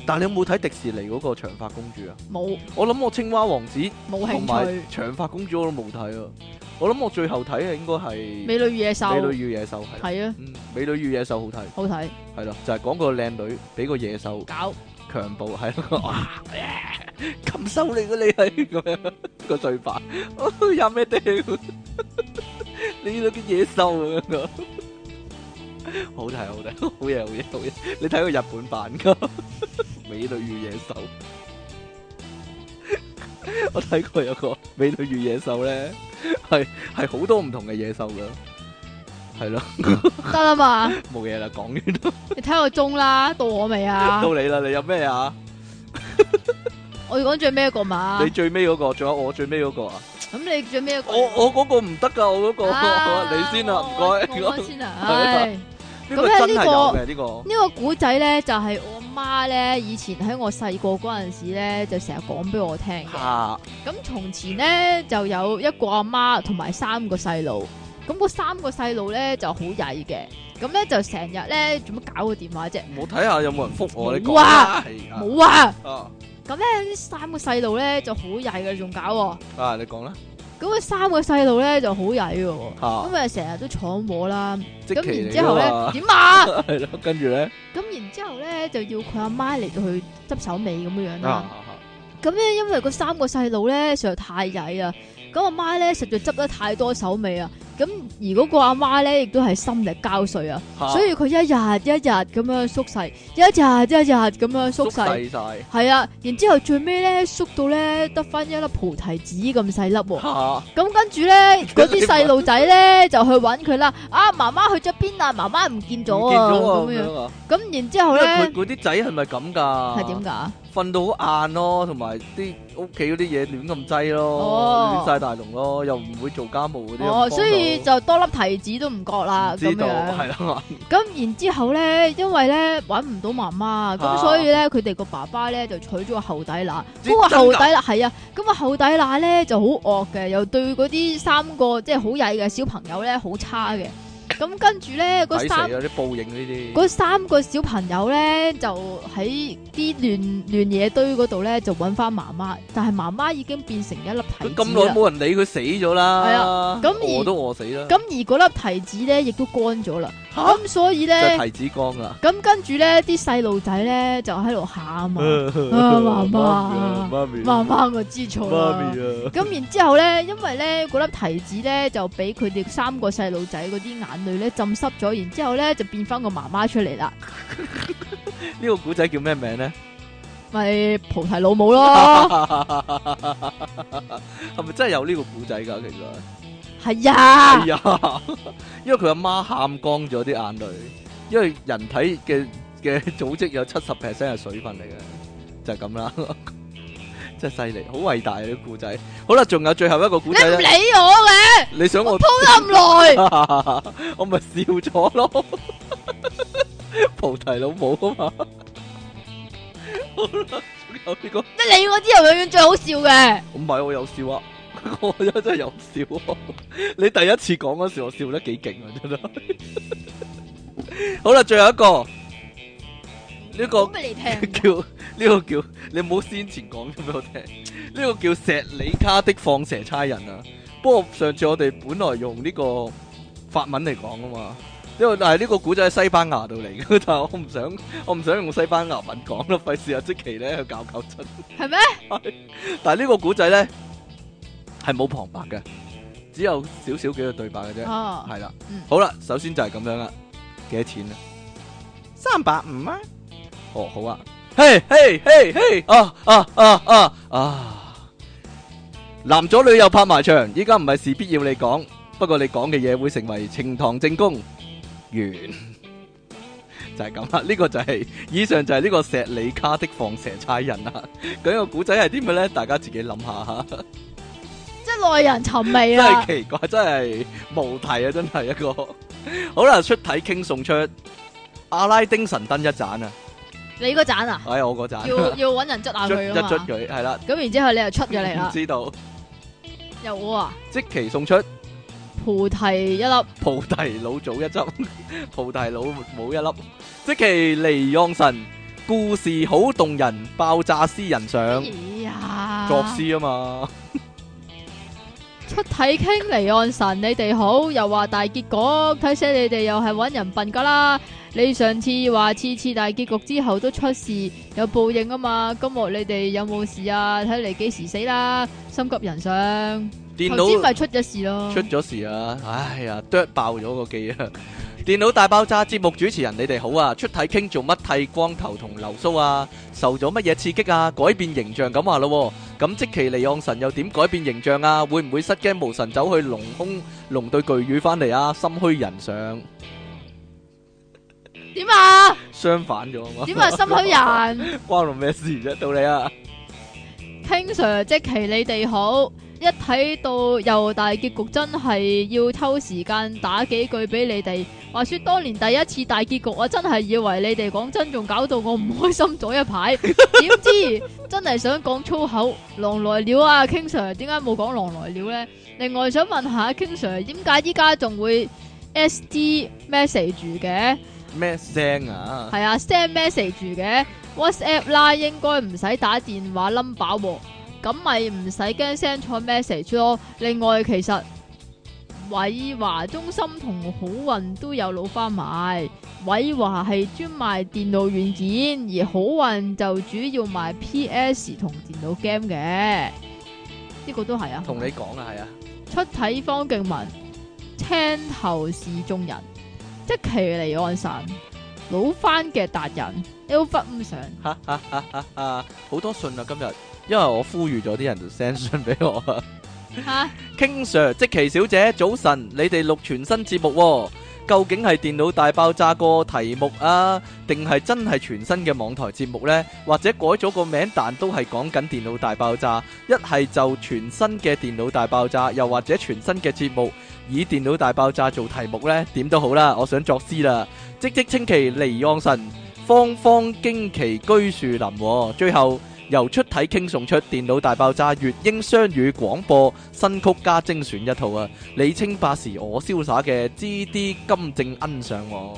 但係你有冇睇迪士尼嗰個長髮公主啊？
冇
我諗我青蛙王子
冇
同
興
埋
趣。
長髮公主我都冇睇啊。我諗我最後睇嘅應該係
美女與野獸
美女與野獸係。
係啊，
嗯，美女與野獸好睇，
好睇，
係咯，就係講個靚女俾個野獸。
搞
強暴係咯，哇咁收你嘅你係咁樣個對白，有咩屌？你嗰啲野獸咁樣啊好睇好睇，好嘢好嘢好嘢！你睇過日本版噶《美女與野獸》，我睇過有個《美女與野獸》咧，係係好多唔同嘅野獸噶，係咯，
得
(laughs)
啦嘛？
冇嘢啦，講完。
你睇個鐘啦，到我未啊？
到你啦，你有咩啊？
我要講最尾一個嘛
你？最尾嗰個，仲有我最尾嗰個啊？
咁你最尾一個？
我我嗰個唔得噶，我嗰個 (laughs)
啊
你先啦，唔
我
該。
我先啊，
係啊
唉。
(laughs) 呢個
咁咧
真係
呢個
有嘅呢個，
呢個古仔咧，就係我媽咧以前喺我細個嗰陣時咧，就成日講俾我聽嘅。
嚇
咁從前咧就有一個阿媽同埋三個細路，咁嗰三個細路咧就好曳嘅，咁咧就成日咧做乜搞個電話啫？
我睇下有冇人覆我你講
冇啊
啦，係啊
冇啊！
啊
咁咧呢三個細路咧就好曳嘅，仲搞喎。
啊，你講啦
咁嗰三個細路咧就好曳嘅喎，
嚇，
咁啊成日都闖禍啦。
即
咁
期
然
嚟
之後
㗎
咧
嘛
點
(laughs)
啊？
係咯，跟住咧
咁然之後咧就要佢阿媽嚟到去執手尾咁樣樣
啊
啦。
啊
咁咧，因為嗰三個細路咧實在太曳啊，咁阿媽咧實在執得太多手尾啊，咁而嗰個阿媽咧，亦都係心力交瘁啊，
嚇
所以佢一日一日咁樣縮細，一日一日咁樣
縮
縮
細
細，
晒
係啊，然之後最尾咧縮到咧得翻一粒菩提子咁細粒喎。
嚇
咁跟
(laughs)
住咧，嗰啲細路仔咧就去揾佢啦。啊，媽媽去咗邊啊？媽媽唔見咗啊！
唔見咗啊咁
咁樣
樣啊！
咁然之後
因為啊佢
咧
嗰啲仔係咪咁㗎？
係點㗎？
瞓到好晏咯，同埋啲屋企嗰啲嘢亂咁擠咯，
哦
亂晒大龍咯，又唔會做家務嗰啲。
哦，所以
又
就多粒提子都唔覺啦
幫到唔知道
咁樣。
係啦嘛，
咁然之後咧，因為咧揾唔到媽媽，咁
啊
所以咧佢哋個爸爸咧就娶咗個後底乸。
咦
嗰個
真
後底
㗎
乸係啊，咁個後底乸咧就好惡嘅，又對嗰啲三個即係好曳嘅小朋友咧好差嘅。咁跟住咧嗰
抵死啊！
三
啲報應呢啲。
嗰三個小朋友咧就喺啲亂亂嘢堆嗰度咧就揾翻媽媽，但係媽媽已經變成一粒提
佢
子
咁耐
啦。
冇人理佢死咗啦。
係啊咁而
餓都餓死啦。
咁而嗰粒提子咧亦都乾咗啦，
嚇
咁所以
就
咧
係提子光啦。
咁跟住咧啲細路仔咧就喺度喊 (laughs)
嗯
啊！媽媽啊
媽咪，
媽，媽，我知錯
媽
啦。
咪啊！
咁然之後咧，因為咧嗰粒提子咧就俾佢哋三個細路仔嗰啲眼淚咧浸濕咗，然之後咧就變翻個媽媽出嚟啦，
呢 (laughs) 個古仔叫咩名咧？
咪菩提老
(laughs)
母咯，
係咪真係有呢個古仔㗎？其實。
係啊，
系啊， (laughs) 因為佢阿媽喊乾咗啲眼淚，因為人體嘅嘅組織有七十 percent 係水分嚟嘅，就係咁啦。 (laughs) 真係犀利，好偉大啊！呢個故仔。好啦，仲有最後一個
你
故仔
唔理
咧，
我嘅
你想 (laughs) 我
鋪得咁耐，
我咪笑咗咯， (laughs) 菩提老母啊嘛。 (laughs) 好啦，仲有呢個。
你理我啲人永遠最好笑嘅，
唔係我有笑啊， (laughs) 我真係有笑啊！ (laughs) 你第一次講嗰時，我笑得幾勁啊，真係。 (laughs) 好啦，最後一個，呢、個
講俾你聽。
(laughs) 叫呢、個叫你唔好先前講咗俾我聽，呢、個叫石里卡的放蛇差人啊。不過上次我哋本來用呢個法文嚟講啊嘛。因為但係呢個古仔喺西班牙度嚟嘅， (laughs) 但係我唔想我唔想用西班牙文講啦，費事阿即奇咧去搞搞震。
係咩？
(laughs) 但係呢個古仔咧係冇旁白嘅，只有少少幾個對白嘅啫。
哦，
係啦
嗯，
好啦，首先就係咁樣啦，幾多錢啊？三百五啊？哦，好啊，嘿嘿嘿嘿，啊啊啊啊啊！男左女右拍埋牆，依家唔係事必要你講，不過你講嘅嘢會成為呈堂證供。完 (laughs) 就係咁啦，呢、個就係、以上就係呢個石里卡的放蛇差人啦。究竟個古仔係啲咩咧？大家自己諗下吓。
即係耐人尋味啊
真
啦
係。奇怪，真係無題啊！真係一個 (laughs) 好啦，出體傾送出阿拉丁神燈一盞啊！
你嗰盞啊，
哎，我嗰盞
要要揾人捽下
捽 (laughs)
佢
一
啊
捽
嘛。
佢，係啦，
咁然之後你又出咗嚟
唔
啦，
知道
又我啊，
即期送出
菩提一粒，
菩提老祖一執， (laughs) 菩提老母一粒，即期離讓神，故事好動人，爆炸詩人上
哎呀，
作詩啊嘛，
出體傾離岸神，你哋好，又話大結局，睇死你哋又係揾人笨噶啦！你上次話次次大結局之後都出事，有報應啊嘛，今幕你哋有冇事啊？睇嚟幾時死啦？心急人上，
電
頭先
腦。
咪出咗事咯，
出咗事啊！唉呀，剁爆咗個機啊！電腦大爆炸節目主持人，你哋好啊！出體傾做乜剃光頭同留鬚啊？受咗乜嘢刺激啊？改變形象咁話咯喎，咁即其離岸神又點改變形象啊？會唔會失驚無神走去隆胸隆對巨魚翻嚟啊？心虛人上，
點啊？
相反咗啊嘛！
點啊？心虛人，
關我咩事啫？到你啊！
King Sir 即其你哋好，一睇到又大結局，真係要抽時間打幾句俾你哋。話說當年第一次大結局，我真係以為你哋講真，仲搞到我唔開心咗一排。點知真係想講粗口，狼來了啊！King Sir 點解冇講狼來了呢？另外想問下 King Sir，點解依家仲會 S D message 嘅？
咩聲啊？
系啊，send message 嘅 WhatsApp 啦，應該唔使打電話 number 喎，咁咪唔使驚 send 錯 message 咯。另外，其實偉華中心同好運都有老花賣，偉華係專賣電腦軟件，而好運就主要賣 PS 同電腦 game 嘅。呢個都係啊，
同你講啊，係啊，
出體方敬文，赤聽頭市中人，即其離安神，老番嘅達人，你好忽唔上，
哈哈哈哈哈！好多信啊，今日，因為我呼籲咗啲人就 send 信俾我啊。
吓
King Sir，即奇小姐，早晨，你哋錄全新節目喎、究竟係電腦大爆炸個題目啊，定係真係全新嘅網台節目呢？或者改咗個名，但都係講緊電腦大爆炸，一係就全新嘅電腦大爆炸，又或者全新嘅節目以電腦大爆炸做題目呢？點都好啦，我想作詩啦，即即稱其離岸神，方方驚奇居樹林喎、最後。由出體傾送出電腦大爆炸粵英雙語廣播新曲加精選一套啊！你清白時我瀟灑嘅 G D 金正恩上我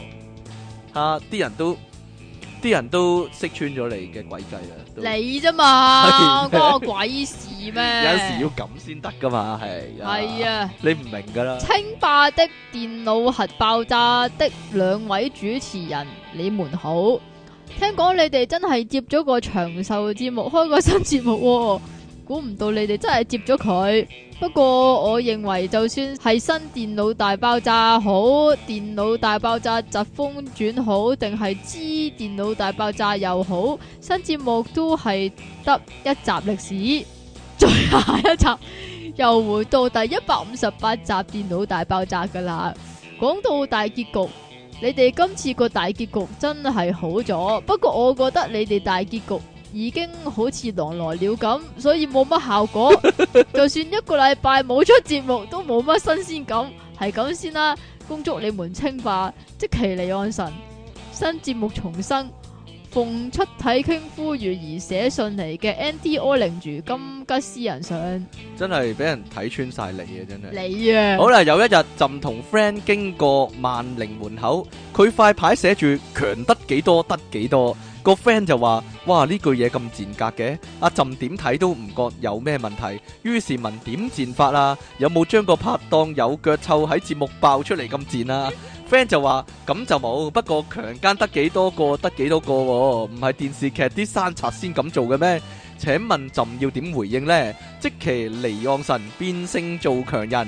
啊！啲人都啲人都識穿咗你嘅詭計啦，都
你啫嘛，
係咩
關我鬼事咩？
有時要咁先得噶嘛，係
係，啊。
你唔明噶啦，
清霸的電腦核爆炸的兩位主持人，你們好。聽講你哋真係接咗個長壽節目，開個新節目、喎，估唔到你哋真係接咗佢。不過我認為，就算係新電腦大爆炸好，電腦大爆炸疾風轉好，定係知電腦大爆炸又好，新節目都係得一集歷史，再下一集。又回到第一百五十八集《電腦大爆炸》噶啦。講到大結局，你哋今次個大結局真係好咗，不過我覺得你哋大結局已經好似狼來了咁，所以冇乜效果。就算一個禮拜冇出節目，都冇乜新鮮感，係咁先啦。恭祝你們清化，即其離岸神，新節目重生。奉出體傾呼籲而寫信嚟嘅 NT O 零住金吉斯人上。
真係俾人睇穿晒你啊！真係。
你啊，
好啦，有一日朕同 friend 經過萬寧門口，佢塊牌寫住強得幾多得幾多，個 friend 就話：哇呢句嘢咁賤格嘅，阿朕點睇都唔覺有咩問題。於是問點賤法啊？有冇將個拍檔有腳臭喺節目爆出嚟咁賤啊？friend 就話：咁就冇，不過強姦得幾多個得幾多個喎、唔係電視劇啲山賊先咁做嘅咩？請問朕要點回應呢？即其離岸神變性做強人。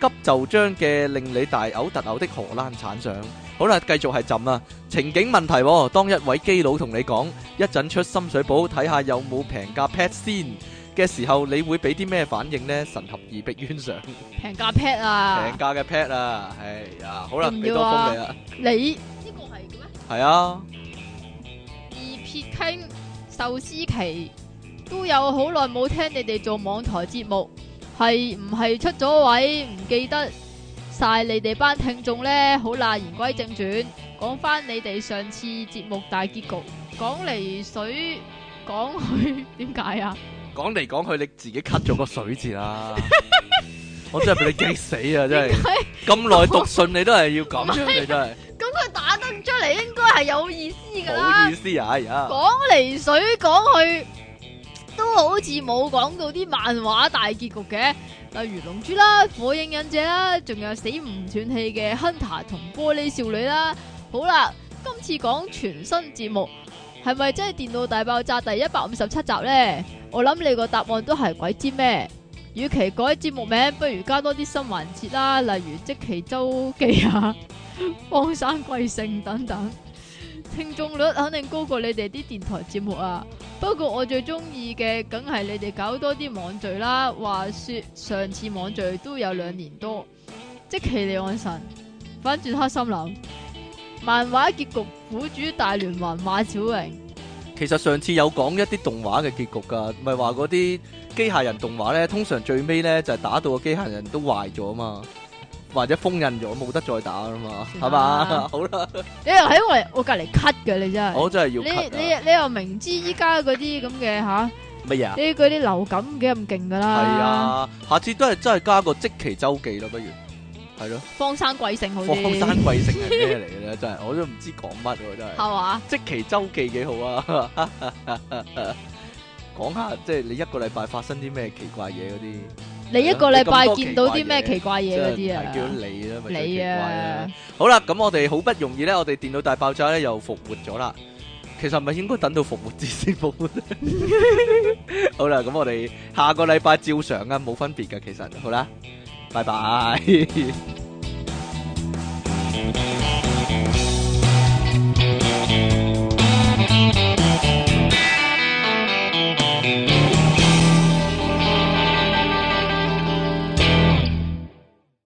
急就將嘅令你大嘔特嘔的荷蘭產上。好啦，繼續係朕啊！情景問題、喎，當一位基佬同你講一陣出深水埗睇下有冇平價 pet 先嘅時候，你會俾啲咩反應呢？神合耳壁冤上，
平價 pad 啊
平，價嘅 pet 啊，係啊，好啦，
要唔
俾
要
多
啊
封你啊，
你呢個係嘅咩？
係啊，
(laughs) 二撇傾壽司期都有好耐冇聽你哋做網台節目，係唔係出咗位唔記得晒你哋班聽眾呢？好啦，言歸正傳，講翻你哋上次節目大結局，講嚟水講 (laughs) 去，點解啊？
講嚟講去你自己 cut 咗個水字啦，我真係俾你激死啊！真係
點解
咁耐讀信你都係要咁樣，你真係
咁佢打得出嚟應該 (laughs) 係有意思㗎啦
冇。意思啊！哎呀，
講嚟水講去，都好似冇講到啲漫畫大結局嘅，例如《龍珠》啦，《火影忍者》啦，仲有死唔斷氣嘅《Hunter》同《玻璃少女》啦。好啦，今次講全新節目，係咪真係電腦大爆炸第一百五十七集呢？我諗你個答案都係鬼知咩？與其改節目名，不如加多啲新環節啦，例如即期周記啊、荒山貴姓等等。聽眾率肯定高過你哋啲電台節目啊！不過我最中意嘅，梗係你哋搞多啲網聚啦。話說上次網聚都有兩年多，即其離岸神，反轉黑森林，漫畫結局苦主大聯盟馬小榮，
其實上次有講一啲動畫嘅結局㗎，咪話嗰啲機械人動畫咧，通常最尾咧就係、打到個機械人都壞咗嘛，或者封印咗，冇得再打啦嘛，係嘛？好啦，
你又喺我我隔離 cut 嘅你真係，
我真係要
你
cut
你你又明知依家嗰啲咁嘅吓，呢
乜嘢啊？
嗰啲流感幾咁勁噶
係
啦，，
啊，下次都係真係加個即期周記啦，不如係咯，
荒山貴姓好
荒
啲，
山貴姓係咩嚟嘅咧？真係我都唔知講乜喎，真係。
係嘛？
即期周記幾好啊！ (laughs) 講下即係你一個禮拜發生啲咩奇怪嘢嗰啲。
你一個禮拜見到啲咩奇怪嘢嗰
即
啲
係叫
啊？
你啦，咪最奇
你
怪啦
啊！，
好啦，咁我哋好不容易咧，我哋電腦大爆炸咧又復活咗啦。其實係咪應該等到復活節先復活咧？
(laughs)
好啦，咁我哋下個禮拜照常啊，冇分別嘅其實。好啦，拜拜。拜。